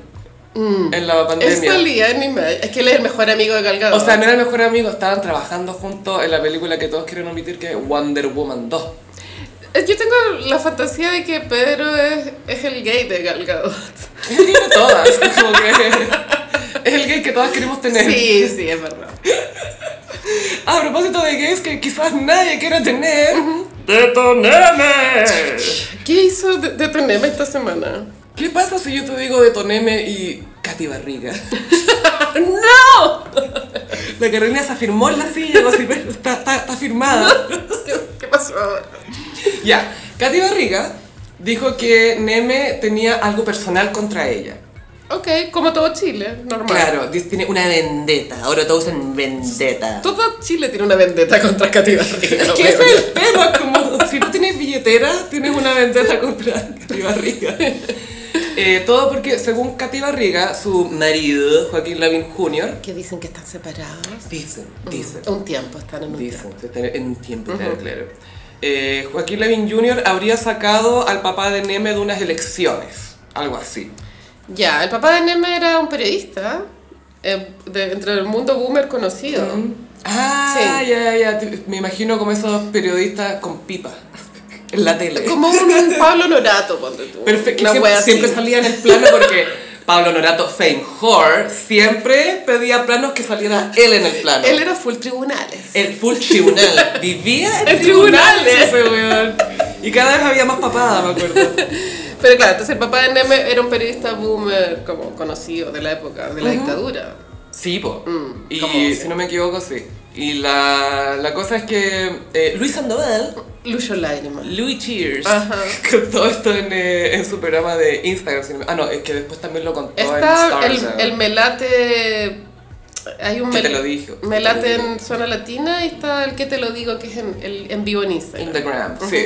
Mm.
en la
Él
pandemia.
salía en Image, es que él es el mejor amigo de Gal Gadot.
O <laughs> sea, no era el mejor amigo, estaban trabajando juntos en la película que todos quieren omitir, que es Wonder Woman 2. <laughs>
Eh, yo tengo la fantasía de que Pedro es, es el gay de Gal Gadot.
Es el gay de todas, es <laughs> como que es el gay que todas queremos tener. Ah,
Sí, sí, es verdad.
A propósito de gays que quizás nadie quiera tener, ¡detoneme!
¿Qué hizo de, de Tonema
<laughs>
esta semana?
¿Qué pasa si yo te digo detoneme y Katy Barriga?
¡No!
La Carolina se afirmó en la silla, como si- está, está, está firmada.
¿Qué pasó ahora?
Ya, Katy Barriga dijo que Neme tenía algo personal contra ella.
Ok, como todo Chile, normal.
Claro, dice, tiene una vendetta. Ahora todos usan vendetta.
Todo Chile tiene una vendetta contra
<laughs>
Katy Barriga.
Es que ese es el tema, como si no tienes billetera, tienes una vendetta contra Katy Barriga. <laughs> Eh, todo porque, según Katy Barriga, su marido, Joaquín Lavín Jr.,
Que dicen que están separados.
dicen, dicen,
Un tiempo, están en un tiempo.
dicen, se está en tiempo, claro, claro. Eh, Joaquín Lavín Jr. habría sacado al papá de Neme de unas elecciones, algo así.
Ya, el papá de Neme era un periodista eh, de- entre el mundo boomer conocido.
Mm. Ah,
Sí.
ya, ya, ya. Me imagino como esos periodistas con pipa en la tele. <laughs>
Como un Pablo Norato, ponte tú.
Perfecto.
Una
Siempre,
wea así.
siempre salía en el plano porque <laughs> Pablo Norato, fame whore, siempre pedía planos que saliera él en el plano.
Él era full tribunales.
El full <laughs> tribunal. Vivía en,
En
tribunales.
tribunales.
ese weón. Y cada vez había más papada, me acuerdo.
Pero claro, entonces el papá de Neme era un periodista boomer como conocido de la época, de la dictadura.
Sí, po.
Mm,
y
¿cómo se-
si no me equivoco, sí. Y la, la cosa es que eh, Luis Sandoval,
Lucho Lágrimas.
Louis Cheers,
Ajá.
<laughs> con todo esto en, eh, en su programa de Instagram. si no me- Ah, no, es que después también lo contó
Está
en
el,
Stars.
el melate... Hay un
Que
mel-
te lo dijo, que te lo
melate
dijo.
en zona latina y está el que te lo digo que es en, el- en vivo en
In
Instagram.
the gram, sí.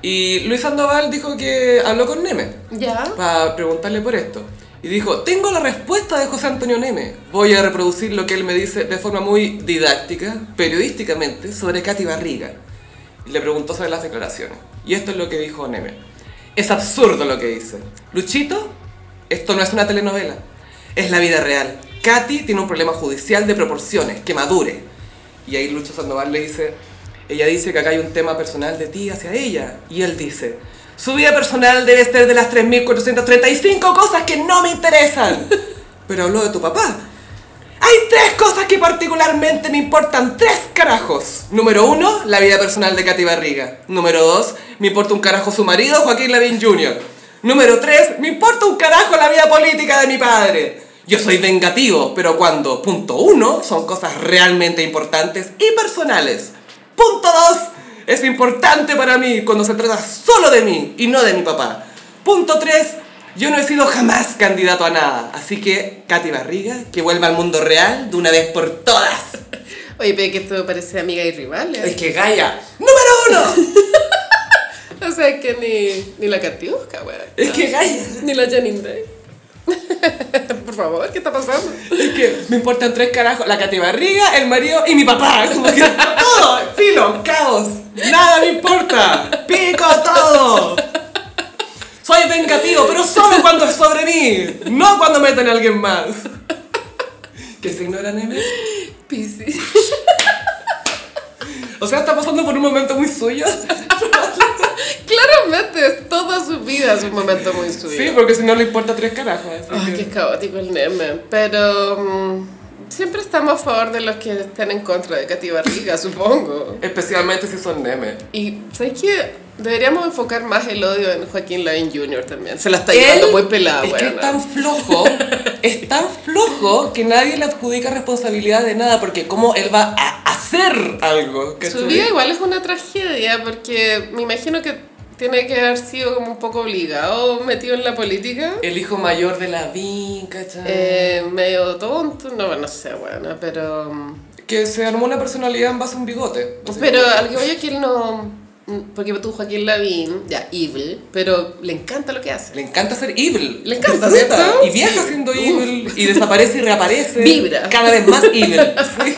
Y Luis Sandoval dijo que habló con Neme
Ya.
para preguntarle por esto. Y dijo, tengo la respuesta de José Antonio Neme. Voy a reproducir lo que él me dice de forma muy didáctica, periodísticamente, sobre Katy Barriga. Y le preguntó sobre las declaraciones. Y esto es lo que dijo Neme. Es absurdo lo que dice. Luchito, esto no es una telenovela. Es la vida real. Katy tiene un problema judicial de proporciones, que madure. Y ahí Lucho Sandoval le dice, ella dice que acá hay un tema personal de ti hacia ella. Y él dice, su vida personal debe ser de las 3.435 cosas que no me interesan. <laughs> Pero habló de tu papá. Hay tres cosas que particularmente me importan, tres carajos. Número uno, la vida personal de Katy Barriga. Número dos, me importa un carajo su marido, Joaquín Lavín Jr. Número tres, me importa un carajo la vida política de mi padre. Yo soy vengativo, pero cuando, punto uno, son cosas realmente importantes y personales. Punto dos, es importante para mí cuando se trata solo de mí y no de mi papá. Punto 3. Yo no he sido jamás candidato a nada. Así que, Katy Barriga, que vuelva al mundo real de una vez por todas.
Oye, pero que esto parece amiga y rival. ¿eh?
Es que Gaia, número uno.
O sea, es que ni, ni la Catiusca, weón.
Es que Gaia.
Ni la Janine Day. <laughs> Por favor, ¿qué está pasando?
Es que me importan tres carajos, la Katy Barriga, el marido y mi papá. Como que todo, filo, caos, nada me importa, pico todo. Soy vengativo, pero solo cuando es sobre mí, no cuando meten a alguien más. ¿Qué signo era Neme?
Pisces.
O sea, está pasando por un momento muy suyo.
<laughs> Claramente, es toda su vida es un momento muy suyo.
Sí, porque si no le importa tres carajos. así
Ay,
que-
qué caótico el Neme. Pero mm, siempre estamos a favor de los que están en contra de Katy Barriga, supongo.
Especialmente si son Neme.
Y ¿sabes qué? Deberíamos enfocar más el odio en Joaquín Lavín Jr. también. Se la está
Él
llevando muy pelada,
Es que
weón.
es tan flojo, es tan flojo que nadie le adjudica responsabilidad de nada, porque cómo él va a hacer algo. ¿cachai?
Su vida igual es una tragedia porque me imagino que tiene que haber sido como un poco obligado, metido en la política.
El hijo mayor de la vinca, ¿cachai?
Eh, medio tonto, no, no sé, bueno, pero...
que se armó una personalidad en base a un bigote.
Pero al que voy a que él no... Porque tú, Joaquín Lavín, ya, evil, pero le encanta lo que hace.
Le encanta ser evil.
Le
Puta,
encanta, ¿cierto?
Y viaja siendo
Uf.
evil. Y desaparece y reaparece.
Vibra.
Cada vez más
<laughs>
evil. Sí.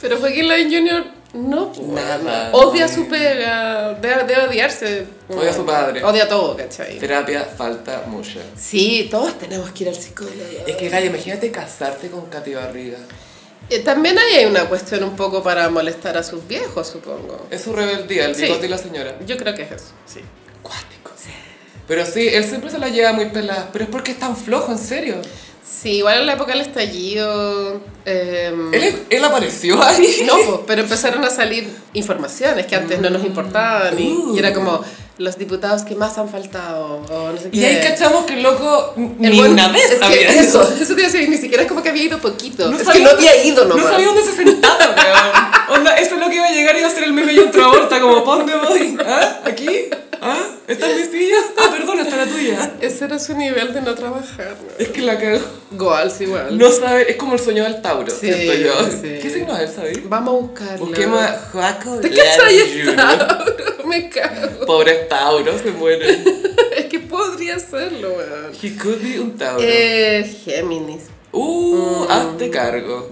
Pero Joaquín Lavín Jr. no, pues,
Nada.
odia su pega, debe, debe odiarse.
Odia a su padre.
Odia todo, ¿cachai?
Terapia falta mucha.
Sí, todos tenemos que ir al psicólogo.
Es que, Gaya, imagínate casarte con Katy Barriga.
Eh, también ahí hay una cuestión un poco para molestar a sus viejos, supongo.
Es su rebeldía, el
Sí.
bigote y la señora.
Yo creo que es eso, sí.
Cuático. Pero sí, él siempre se la lleva muy pelada. Pero es porque es tan flojo, en serio.
Sí, igual en la época del estallido... em,
Él, es- él apareció ahí.
No, po, pero empezaron a salir informaciones que antes no nos importaban y, y era como los diputados que más han faltado o no sé qué.
Y ahí cachamos que el loco
El
ni
buen-
una vez
es que
había
eso,
ido.
eso te iba a decir, ni siquiera es como que había ido poquito. es
sabía-
que no había ido
No
nomás.
sabía dónde se sentaba, weón. Onda, eso es lo que iba a llegar, iba a ser el meme y un travolta, como, ¿pa' dónde voy? ¿Ah? ¿Aquí? ¿Ah? ¿Esta es mi silla? Ah, perdón, esta es la tuya.
Ese era su nivel de no trabajar.
Es que la cagó.
Goals igual.
No sabe, es como el sueño del Tauro,
Sí,
siento yo.
sí.
¿Qué signo es él, sabéis?
Vamos a buscarlo.
Busquemos a Joaco
¿Te cachas ahí
Lange.
Tauro? <laughs> Me cago.
Pobres Tauro, se mueren.
Es que podría serlo, weón.
He could be un Tauro.
Eh, mm. Géminis.
uh, hazte cargo.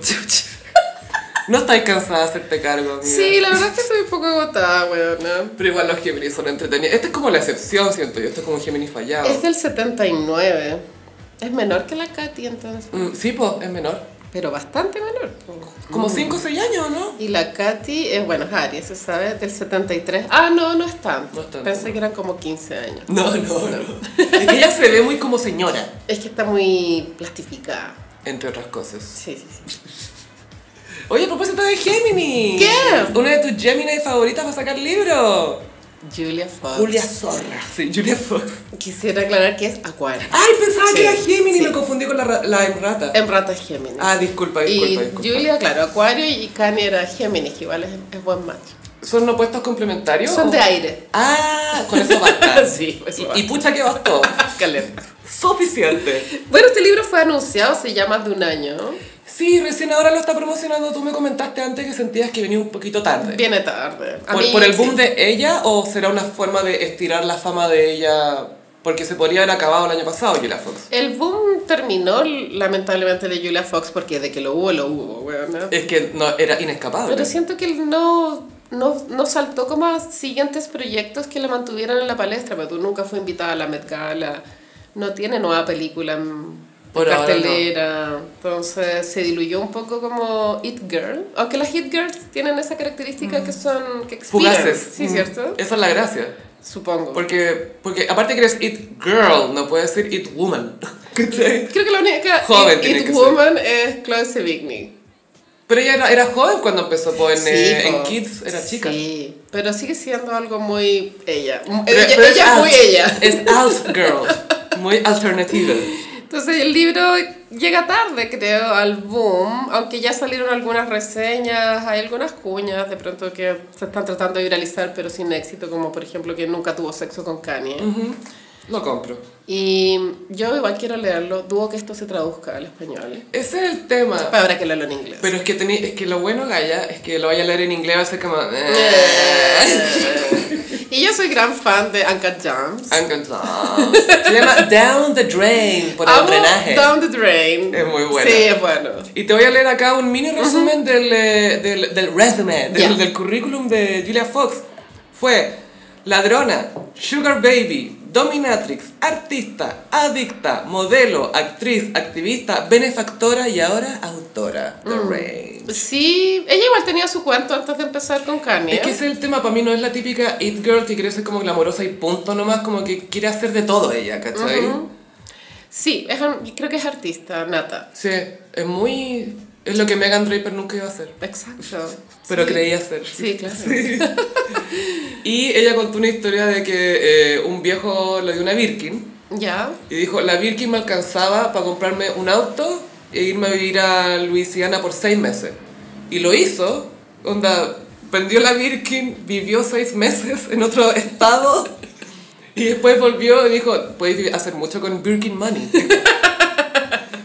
No estáis cansada de hacerte cargo, amiga.
Sí, la verdad es que estoy un poco agotada, weón.
Pero igual los Géminis son entretenidos. Esta es como la excepción, siento yo. Esto es como un Géminis fallado.
Es del 79. Es menor que la Katy entonces.
Mm, sí, pues, es menor.
Pero bastante menor.
Como
Mm.
5 o 6 años, ¿no?
Y la Katy es, bueno, es Aries, se sabe, del 73. Ah, no, no es tanto.
No es tanto.
Pensé que eran como 15 años.
No, no, no. <laughs> Es que ella se ve muy como señora,
Es que está muy plastificada.
entre otras cosas.
Sí, sí, sí.
Oye, a propósito de Géminis.
¿Qué?
Una de tus Géminis favoritas va a sacar libro.
Julia Fox.
Julia Zorra. Sí, Julia Fox.
Quisiera aclarar que es Acuario.
Ay, pensaba
Sí,
que era Géminis,
sí.
me confundí con la, ra- la rata.
En rata es Géminis.
Ah, disculpa,
y
disculpa, disculpa.
Julia, claro, Acuario y Kanye era Géminis, que igual es, es buen match.
¿Son opuestos complementarios?
Son
o- <laughs>
de aire.
Ah, con eso <laughs> basta.
Sí, eso
Y-
basta.
Y, pucha que bastó.
Caleta.
Suficiente.
Bueno, este libro fue anunciado, se llama de un año.
Sí, recién ahora lo está promocionando. Tú me comentaste antes que sentías que venía un poquito tarde.
Viene tarde. A
¿Por,
mí,
por el boom
sí.
de ella o será una forma de estirar la fama de ella? Porque se podría haber acabado el año pasado, Julia Fox.
El boom terminó, lamentablemente, de Julia Fox, porque de que lo hubo, lo hubo, weón.
Es que no, era inescapable.
Pero siento que él no, no, no saltó como a siguientes proyectos que la mantuvieran en la palestra, pero tú nunca fue invitada a la Met Gala, no tiene nueva película en
Por ahora
cartelera, entonces se diluyó un poco como It Girl, aunque las It Girls tienen esa característica que son, que expiran,
Mm. Fugaces.
sí,
Mm.
¿cierto?
Esa es la gracia.
Supongo.
Porque, porque aparte que eres it girl, no puedes decir it woman. <laughs> ¿Cachai?
Creo que la única
Joven
It,
tiene
It
que ser.
Woman es Chloe Sevigny.
Pero ella era, era joven cuando empezó po, en, eh, en
po.
Kids, era chica.
Sí, pero sigue siendo algo muy ella.
Pero- ah,
ella
pero
ella es
out.
<laughs> muy ella.
Es out girl. Muy alternativa.
Entonces el libro llega tarde, creo, al boom, aunque ya salieron algunas reseñas, hay algunas cuñas de pronto que se están tratando de viralizar, pero sin éxito, como por ejemplo que nunca tuvo sexo con Kanye.
Mm. Lo compro.
Y yo igual quiero leerlo, dudo que esto se traduzca al español.
Ese es el tema.
Pero habrá que leerlo en inglés.
Pero es que, tení- es que lo bueno, Gaya, es que lo vaya a leer en inglés, va a ser como... eh.
<laughs> y yo soy gran fan de Anka Jams.
Se llama Down the Drain, por el
Amo
drenaje.
Down the Drain.
Es muy bueno.
Sí, es bueno.
Y te voy a leer acá un mini resumen del, eh, del, del resume, del,
Ya.
del currículum de Julia Fox. Fue ladrona, sugar baby, dominatrix, artista, adicta, modelo, actriz, activista, benefactora y ahora autora. The
Mm.
Rain.
Sí, ella igual tenía su cuento antes de empezar con Kanye.
Es que ese es el tema, para mí no es la típica it girl que quiere ser como glamorosa y punto nomás, como que quiere hacer de todo ella, ¿cachai?
Sí, es, un- creo que es artista, nata.
Sí, es muy... Es lo que Megan Draper nunca iba a hacer,
Exacto.
pero
Sí.
creía ser.
Sí, claro.
Y ella contó una historia de que eh, un viejo le dio una Birkin
Ya.
y dijo, la Birkin me alcanzaba para comprarme un auto e irme a vivir a Luisiana por seis meses. Y lo hizo, onda, vendió la Birkin, vivió seis meses en otro estado y después volvió y dijo, puedes vivir- hacer mucho con Birkin Money.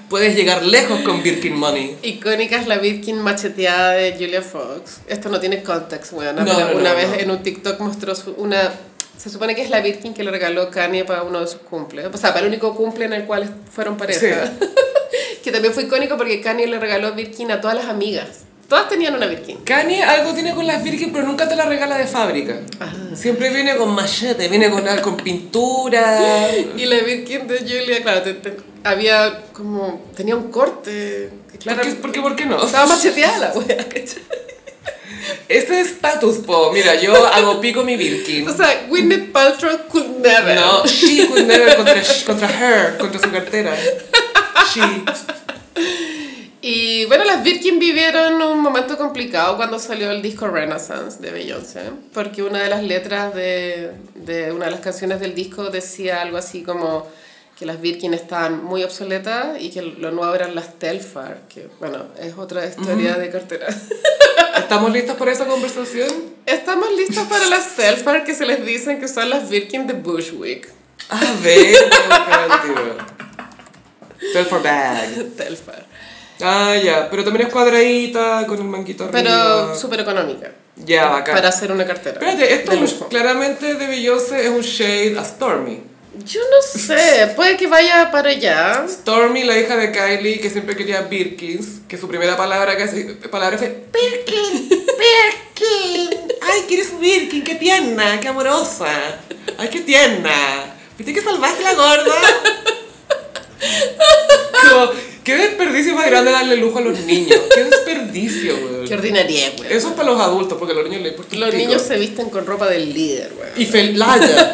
puedes llegar lejos con Birkin Money.
Icónica es la Birkin macheteada de Julia Fox. Esto no tiene context, weona.
No,
pero
no, no,
una
no.
vez en un TikTok mostró su- una. Se supone que es la Birkin que le regaló Kanye para uno de sus cumples. O sea, para el único cumple en el cual fueron pareja. <laughs> que también fue icónico porque Kanye le regaló Birkin a todas las amigas. Todas tenían una Birkin.
Kanye algo tiene con las Birkin, pero nunca te la regala de fábrica.
Ah.
Siempre viene con machete, viene con, con
<gasps>
pintura.
Y la Birkin de Julia, claro, te- te- había como. tenía un corte. que
¿Por, qué,
claramente-
por qué- por qué no?
Estaba macheteada la wea, <laughs> ¿cachai?
<laughs> Ese estatus, po. Mira, yo hago pico mi
<laughs>
Birkin.
O sea, Gwyneth Paltrow could never.
No, she could never contra, contra her, contra su cartera. She.
Y bueno, las Birkin vivieron un momento complicado cuando salió el disco Renaissance de Beyoncé, porque una de las letras de, de una de las canciones del disco decía algo así como que las Birkin estaban muy obsoletas y que lo nuevo eran las Telfar, que bueno, es otra historia de cartera. <laughs>
¿Estamos listos para esa conversación?
Estamos listos para las Telfar que se les dicen que son las Birkin de Bushwick. <laughs>
A ver, Tell for bag.
Telfar.
Ah, ya, pero también es cuadradita, con el manguito
Pero
arriba.
súper económica
Ya, bacán.
para hacer una cartera.
Espérate, esto
de
es un-
lujo.
claramente de Beyoncé es un shade a Stormy.
Yo no sé, puede que vaya para allá.
Stormy, la hija de Kylie, que siempre quería Birkins, que su primera palabra, casi, palabra fue Birkin, Birkin. Ay, quieres un Birkin, qué tierna, qué amorosa. Ay, qué tierna. ¿Viste que salvaste la gorda? Como, qué desperdicio más grande darle lujo a los niños. Qué desperdicio,
Qué
weón.
ordinaria, güey.
Eso es para los adultos, porque a los niños les importa un
Los
pico.
niños se visten con ropa del líder, güey.
Y fel lighter,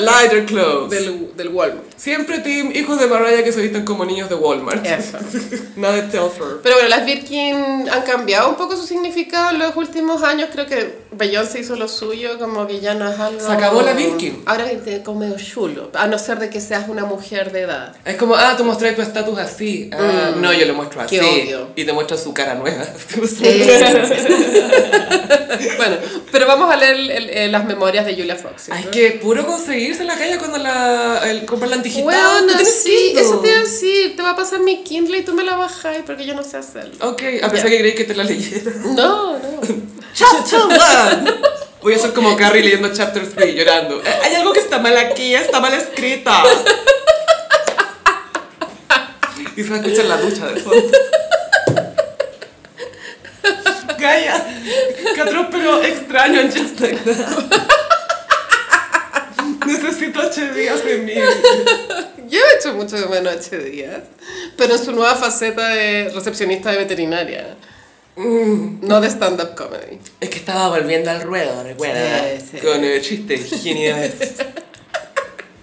lighter clothes.
Del, del Walmart.
Siempre team hijos de Mariah que se visten como niños de Walmart. <laughs>
Eso.
Nada de Telford.
Pero bueno, las Birkin han cambiado un poco su significado en los últimos años. Creo que Beyoncé hizo lo suyo, como que ya no es algo.
Se acabó la Birkin.
Ahora te come chulo. A no ser de que seas una mujer de edad.
Es como, ah, tú mostras tu estatus así. Ah, No, yo lo muestro así.
Mm. Qué obvio.
Y te muestra su cara nueva. <laughs>
<laughs> bueno, pero vamos a leer el- el- las memorias de Julia Fox.
Ay,
¿cierto?
es que puro conseguirse en la calle cuando la, el, compras la digital.
Bueno,
no tiene
sí,
sentido.
eso te iba a decir. Te va a pasar mi Kindle y tú me la bajas porque yo no sé hacerlo.
Ok, a pesar
Ya.
que creí que te la leyera.
No, no.
¡Chapter 1! <laughs> Voy a ser como Carrie leyendo Chapter 3, llorando. Eh, Hay algo que está mal aquí, está mal escrita. Y se va a escuchar la ducha de fondo. Gaia, qué atropello extraño en Just Like That. Necesito H días de mí.
<laughs> Yo he hecho mucho de menos H. Díaz, pero en su nueva faceta de recepcionista de veterinaria, no de stand-up comedy.
Es que estaba volviendo al ruedo, recuerda.
Sí, sí.
Con el chiste genial.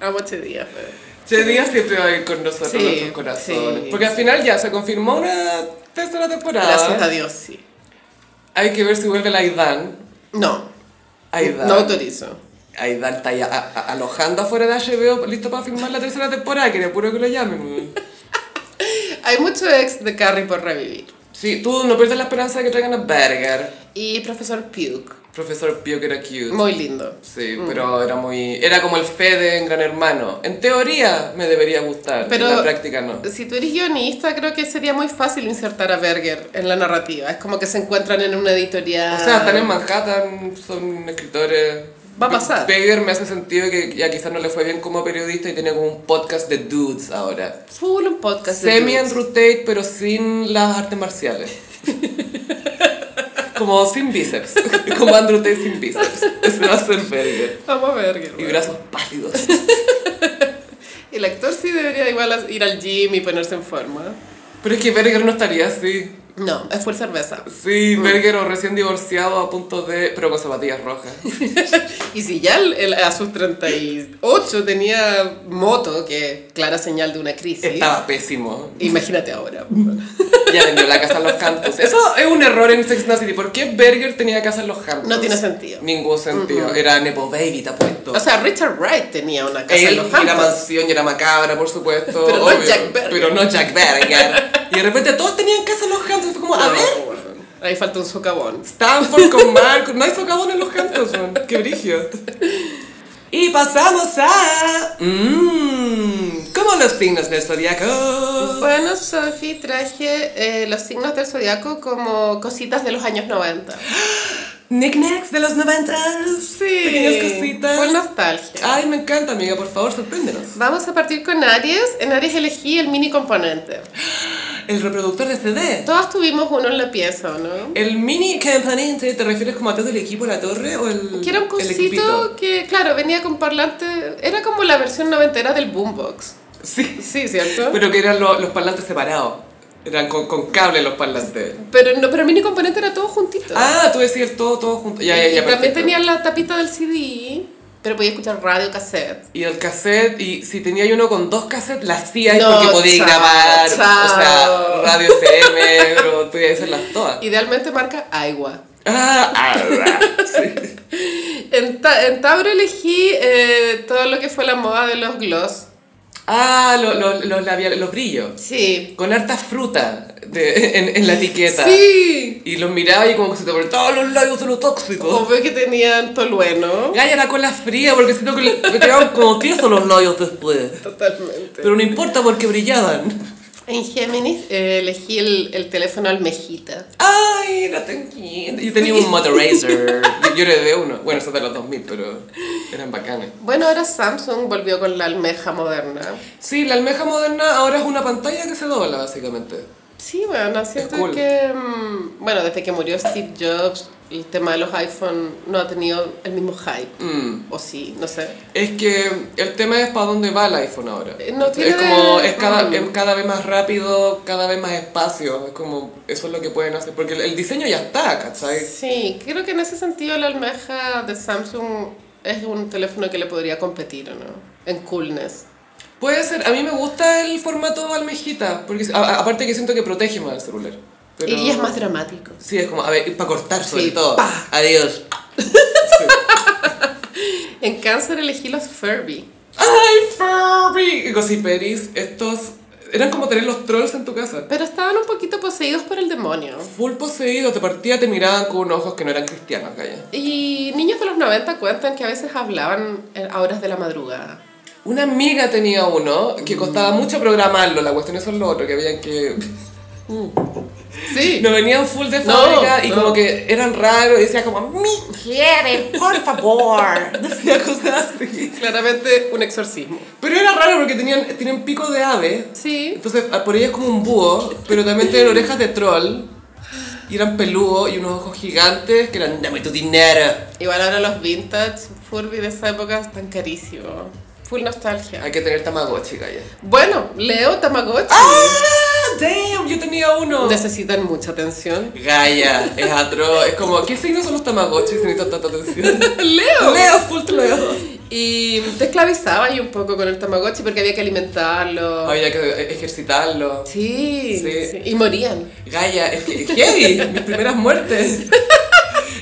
Amo H. Díaz. pero-
Che Díaz siempre va a ir con nosotros
Sí,
en nuestros corazones.
sí.
Porque al final ya se confirmó una tercera temporada.
Gracias a Dios, sí.
Hay que ver si vuelve la Aidan.
No,
Aidan.
no autorizo.
Aidan está ya a- a- alojando afuera de HBO, listo para filmar la tercera temporada. Quería puro que lo llamen. weón.
hay mucho ex de Carrie por revivir.
Sí, tú no pierdes la esperanza de que traigan a Berger.
Y profesor Puke,
Profesor Pio que era cute.
muy lindo.
Sí, pero era muy... Era como el Fede en Gran Hermano. En teoría me debería gustar,
Pero-
en la práctica no.
Si tú eres guionista, creo que sería muy fácil insertar a Berger en la narrativa. Es como que se encuentran en una editorial.
O sea, están en Manhattan, son escritores...
Ah. Va a pasar.
Berger me hace sentido que ya quizás no le fue bien como periodista y tiene como un podcast de dudes ahora.
Full un podcast. de
Semi
dudes.
Andrew Tate, pero sin las artes marciales.
<laughs>
Como sin bíceps. <laughs> Como Andrew Tate sin bíceps. Eso va a ser Berger.
Vamos a Berger.
Y
weón.
brazos pálidos.
El actor sí debería igual ir al gym y ponerse en forma.
Pero es que Berger no estaría así.
No, es full cerveza.
Sí, Berger o recién divorciado a punto de... Pero con zapatillas rojas.
Y si ya el- el- a sus 38 tenía moto, que clara señal de una crisis.
Estaba pésimo.
Imagínate ahora.
Ya vendió la casa en los cantos. Eso es un error en Sex and the City. ¿Por qué Berger tenía casa en los cantos?
No tiene sentido.
Ningún sentido. Era Nepo Baby, te apuesto.
O sea, Richard Wright tenía una casa en
Él
Los
y la
Hamptons.
mansión y era macabra, por supuesto.
Pero no Jack Berger.
Pero no Jack Berger. Y de repente todos tenían casa en los Hamptons. Fue como, a ver,
No, weón. Ahí falta un socavón.
Stanford con Marco. No hay socavón en los Hamptons, man. Qué brillo. Y pasamos a. Mmm. Como los signos del zodiaco.
Bueno, Sophie, traje eh, los signos del zodiaco como cositas de los años 90.
Knickknacks de los 90. Pequeñas cositas.
Fue nostalgia.
Ay, me encanta, amiga. Por favor, sorpréndenos.
Vamos a partir con Aries. En Aries elegí el mini componente.
El reproductor de CD.
Todas tuvimos uno en la pieza, ¿o ¿no?
El mini componente, ¿te refieres como a todo el equipo, la torre o el.
Que era un
el
cosito
equipito?
que, claro, venía con parlante. Era como la versión noventera del boombox.
Sí.
Sí, ¿cierto? Pero,
Pero que eran lo- los parlantes separados. Eran con, con cable los parlantes.
no, pero el mini componente era todo juntito.
Ah, tú decías todo, todo junto. Ya, ya,
Y
ya.
también
perfecto.
tenía la tapita del CD, pero podía escuchar radio cassette.
Y el cassette, y si tenía uno con dos cassettes, la hacía
No,
porque podía
chao,
grabar.
chao.
O sea, radio FM, pero podía hacerlas todas.
Idealmente marca agua.
Ah, ah, sí.
En, Ta- en Tauro elegí eh, todo lo que fue la moda de los gloss.
ah lo- lo- los labiales, los brillos.
Sí.
Con harta fruta de- <laughs> en, en la etiqueta.
Sí.
Y los miraba y como que se te todos los labios son tóxicos.
Obvio que tenían tolueno.
Gaya la cola fría porque siento que le me quedaban como tiesos los labios después.
Totalmente.
Pero no importa porque brillaban.
En Géminis eh, elegí el, el teléfono al mejita.
Ay, la tenía. Yo tenía un Motor Racer. Yo era de uno. Bueno, eso de los 2000, pero eran bacanes.
Bueno, ahora Samsung volvió con la almeja moderna.
Sí, la almeja moderna ahora es una pantalla que se dobla, básicamente.
Sí, bueno, siento
cool.
que... mm, bueno, desde que murió Steve Jobs, el tema de los iPhone no ha tenido el mismo hype.
Mm.
O sí, no sé.
Es que el tema es para dónde va el iPhone ahora.
Eh, no tiene-
es como, es cada,
Mm.
es cada vez más rápido, cada vez más espacio. Es como, eso es lo que pueden hacer. Porque el, el diseño ya está, ¿cachai?
Sí, creo que en ese sentido la almeja de Samsung es un teléfono que le podría competir, ¿o ¿no? En coolness.
Puede ser, a mí me gusta el formato almejita, porque a- a- aparte que siento que protege más el celular. pero-
Y es más dramático.
Sí, es como, a ver, para cortar sobre
Sí,
todo.
pa.
Adiós.
En cáncer elegí los Furby.
¡Ay, Furby! Gossiperis, estos eran como tener los trolls en tu casa.
Pero estaban un poquito poseídos por el demonio.
Full poseído, te partía, te miraban con unos ojos que no eran cristianos, calla.
Y niños de los 90 cuentan que a veces hablaban a horas de la madrugada.
Una amiga tenía uno que costaba
Mm.
mucho programarlo, la cuestión eso es lo otro, que veían
<laughs>
que
Sí.
no venían full de
No,
fábrica y
no.
como que eran raros y decía como, mi
Quiere, por favor.
<laughs> decía cosas así.
Claramente un exorcismo.
Pero era raro porque tenían, tienen pico de ave.
Sí.
Entonces, a- por ella es como un búho, pero también tienen orejas de troll. Y eran peludos y unos ojos gigantes que eran, dame tu dinero.
Igual ahora los vintage Furby de esa época están carísimos. Full nostalgia.
Hay que tener Tamagotchi, gaya.
Bueno, Leo Tamagotchi.
¡Ah! ¡Damn! Yo tenía uno.
Necesitan mucha atención. <laughs>
Gaia, es atroz. Es como, ¿qué signos son los Tamagotchi si necesitan tanta atención? <laughs>
Leo.
Leo, full Leo.
Y te esclavizaba ahí un poco con el Tamagotchi porque había que alimentarlo.
Había que e- ejercitarlo.
Sí,
Sí.
sí. Y morían.
Gaia, es que es heavy, mis primeras muertes.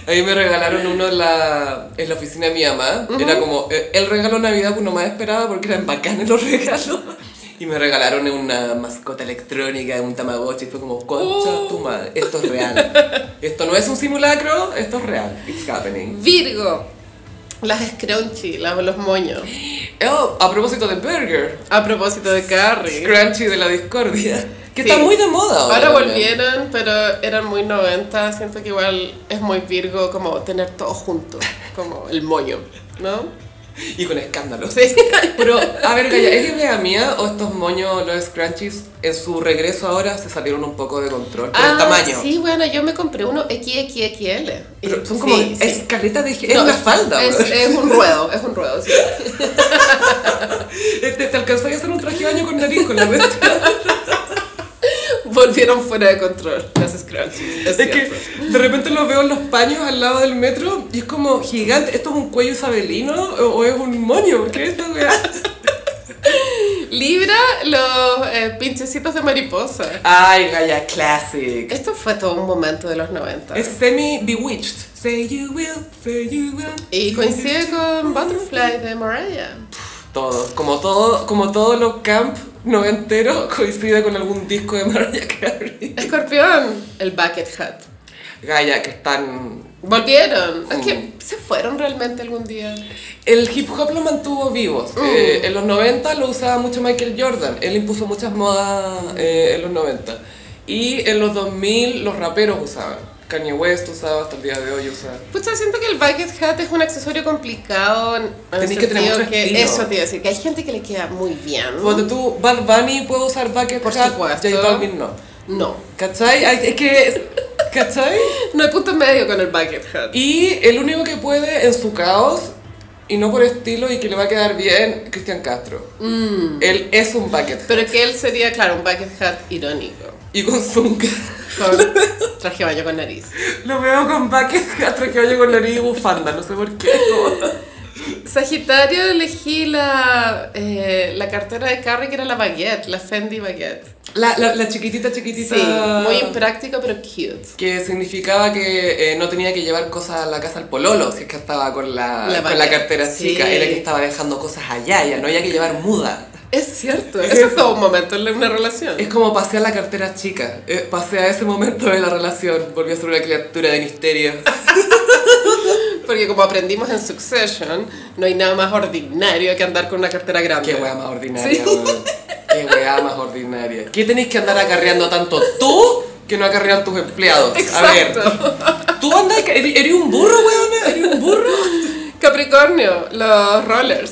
A mí me regalaron uno en la, en la oficina pues, de mi mamá. Era como eh, el regalo de Navidad que uno más esperaba porque eran bacanes los regalos. Y Y me regalaron una mascota electrónica, un tamagotchi. Y fue como, concha tu madre, esto es real. esto no es un simulacro, esto es real. It's happening.
Virgo. Las scrunchies, la- los moños.
Oh, a propósito de Burger,
A propósito de Carrie.
Scrunchy de la
<laughs>
Discordia, que
Sí.
está muy de moda ahora.
Ahora
también.
volvieron, pero eran muy 90. Siento que igual es muy Virgo como tener todo junto, como el moño, ¿no?
Y con escándalos.
Sí.
Pero, a ver, Gaya, ¿es idea mía o estos moños, los scrunchies, en su regreso ahora se salieron un poco de control por el tamaño?
Ah, Sí, bueno, yo me compré uno XXXL.
Pero son
Sí,
como
sí.
escaletas de... Es
No,
una falda,
es,
weón.
es un ruedo, es un ruedo, sí.
Este, Te, te alcanzó a hacer un traje de baño con nariz
<laughs>
con la bestia.
Volvieron fuera de control las scrunchies. Es,
Es que
cierto.
de repente los veo en los paños al lado del metro y es como gigante. ¿Esto es un cuello isabelino o, o es un moño? ¿Qué es esta weá?
Libra los eh, pinchecitos de mariposa.
Ay, Gaya, classic.
Esto fue todo un momento de los 90.
Es semi bewitched. Say you will, say you will. <laughs>
Y coincide con Butterfly de Mariah.
Todo, como todo, como todo lo camp noventero coincide con algún disco de Mariah Carey.
Escorpión, el Bucket Hat.
Gaya, que están...
Volvieron. Es
Mm.
que se fueron realmente algún día.
El hip hop lo mantuvo vivos.
Mm.
Eh, en los 90 lo usaba mucho Michael Jordan. Él impuso muchas modas eh, en los 90. Y en los 2000 los raperos usaban. Kanye West usaba hasta el día de hoy usaba.
Pucha, siento que el bucket hat es un accesorio complicado. en el
Tenés que tener
sentido
mucho
que-
estilo.
Eso te iba a decir, que hay gente que le queda muy bien.
Cuando tú, Bad Bunny puede usar bucket
Por
hat,
supuesto.
J Balvin no.
No.
¿Cachai? Ay, Es que... ¿Cachai?
No hay punto medio con el bucket hat.
Y el único que puede en su caos, y no por estilo y que le va a quedar bien, Cristian Castro. Él es un bucket.
Pero que él sería, claro, un bucket hat irónico.
y con Zunga.
<laughs> Con traje de baño con nariz.
Lo veo con bucket Castro que oye con nariz y bufanda, no sé por qué.
Sagitario elegí la, eh, la cartera de Carrie que era la baguette, la Fendi baguette.
La, la, la chiquitita, chiquitita.
Sí, muy impráctico pero cute.
Que significaba que eh, no tenía que llevar cosas a la casa al pololo, si es que estaba con la,
La
con la
baguette,
cartera
sí.
chica. Era que estaba dejando cosas allá, ya no había que llevar muda.
Es cierto, eso es todo un momento en una relación.
Es como pasé a la cartera chica, eh, pasé a ese momento de la relación, volví a ser una criatura de misterio. Ah,
Porque como aprendimos en Succession, no hay nada más ordinario que andar con una cartera grande.
Qué weá más ordinaria, weón. Qué weá más ordinaria. ¿Qué tenéis que andar acarreando tanto tú que no acarrean tus empleados? A ver,
Exacto.
tú andas, aca- eri- eres un burro, weón, eres un burro.
Capricornio, los rollers.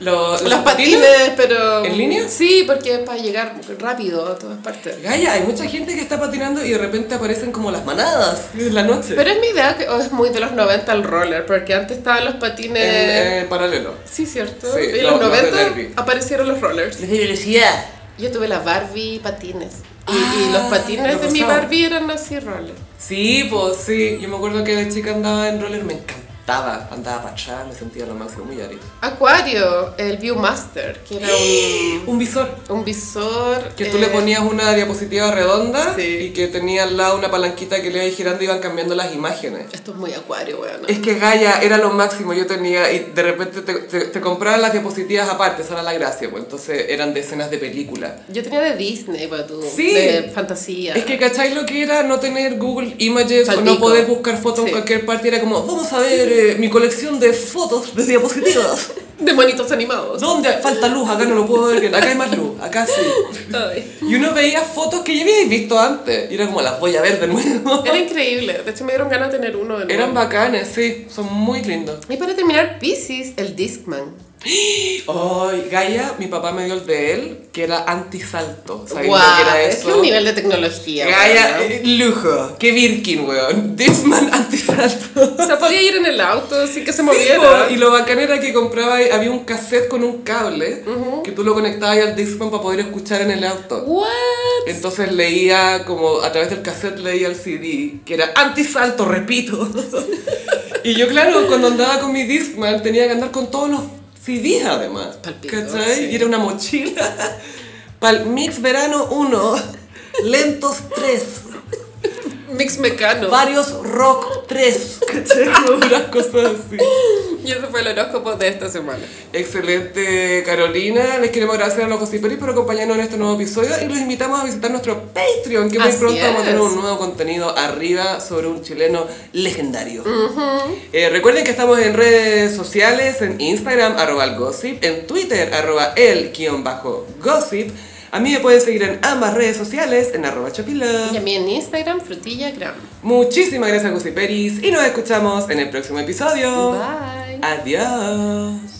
Los,
Los patines, pero...
¿En línea?
Sí, porque es para llegar rápido a todas partes.
Gaya, hay mucha gente que está patinando y de repente aparecen como las manadas en la noche.
Pero es mi idea que oh, es muy de los 90 el roller, porque antes estaban los patines...
en, eh, paralelo.
Sí, cierto.
Sí,
y en
los-
los
los de
90
derby.
aparecieron los rollers.
de velocidad.
Yo tuve la Barbie patines. Y,
Ah,
y los patines
los
de mi
rosados.
Barbie eran así rollers.
Sí, pues sí. Yo me acuerdo que de chica andaba en roller, me encantaba. Andaba para atrás, me sentía lo máximo, muy arido.
Acuario, el Viewmaster, que era un,
Un visor.
un visor.
Que tú
eh,
le ponías una diapositiva redonda
Sí.
y que tenía al lado una palanquita que le iba girando y iban cambiando las imágenes.
Esto es muy Acuario, weón.
Es que Gaia era lo máximo, yo tenía y de repente te, te- te compraban las diapositivas aparte, esa era la gracia, pues entonces eran de escenas de película.
Yo tenía de Disney, pero tú.
Sí.
De fantasía.
Es que cachai lo que era no tener Google Images o no
Palpico.
poder buscar fotos en
Sí.
cualquier parte, era como, vamos a ver eh, mi colección de fotos de diapositivas.
De monitos animados.
¿Dónde falta luz? Acá no lo puedo ver bien, acá hay más luz, acá sí.
Ay.
Y uno veía fotos que ya había visto antes. Y era como, las voy a ver de nuevo.
Era increíble. De hecho, me dieron ganas de tener uno. de nuevo.
Eran bacanes, sí. Son muy lindos.
Y para terminar, Pisces, el Discman.
Ay, Gaia, mi papá me dio el de él, que era antisalto. ¿Sabes
Guau,
lo que era
Es que
eso?
un nivel de tecnología.
Gaia,
weón.
eh, lujo. Qué Birkin, weón. Disman
<laughs>
antisalto.
O sea, podía ir en el auto sin que se
Sí,
moviera.
po, y lo bacán era que compraba, había un cassette con un cable que tú lo conectabas al Discman para poder escuchar en el auto.
What?
Entonces leía, como a través del cassette leía el CD, que era antisalto, repito. <laughs> y yo, claro, cuando andaba con mi Discman tenía que andar con todos los CDs además.
Palpico,
¿Cachai?
sí.
Y era una mochila. Para el Mix Verano 1, Lentos 3,
Mix mecano.
Varios Rock 3. ¿Cachai? Como unas cosas así.
Y ese fue el horóscopo de esta semana.
Excelente, Carolina. Les queremos agradecer a los Gossiperis por acompañarnos en este nuevo episodio y los invitamos a visitar nuestro Patreon, que muy
Así
pronto vamos a tener
es.
un nuevo contenido arriba sobre un chileno legendario. Eh, recuerden que estamos en redes sociales, en Instagram, arroba el gossip, en Twitter, arroba el guión bajo gossip. A mí me pueden seguir en ambas redes sociales, en arroba chapila.
Y a mí en Instagram, frutillagram.
Muchísimas gracias, Gossiperis, y nos escuchamos en el próximo episodio.
Bye.
Adiós.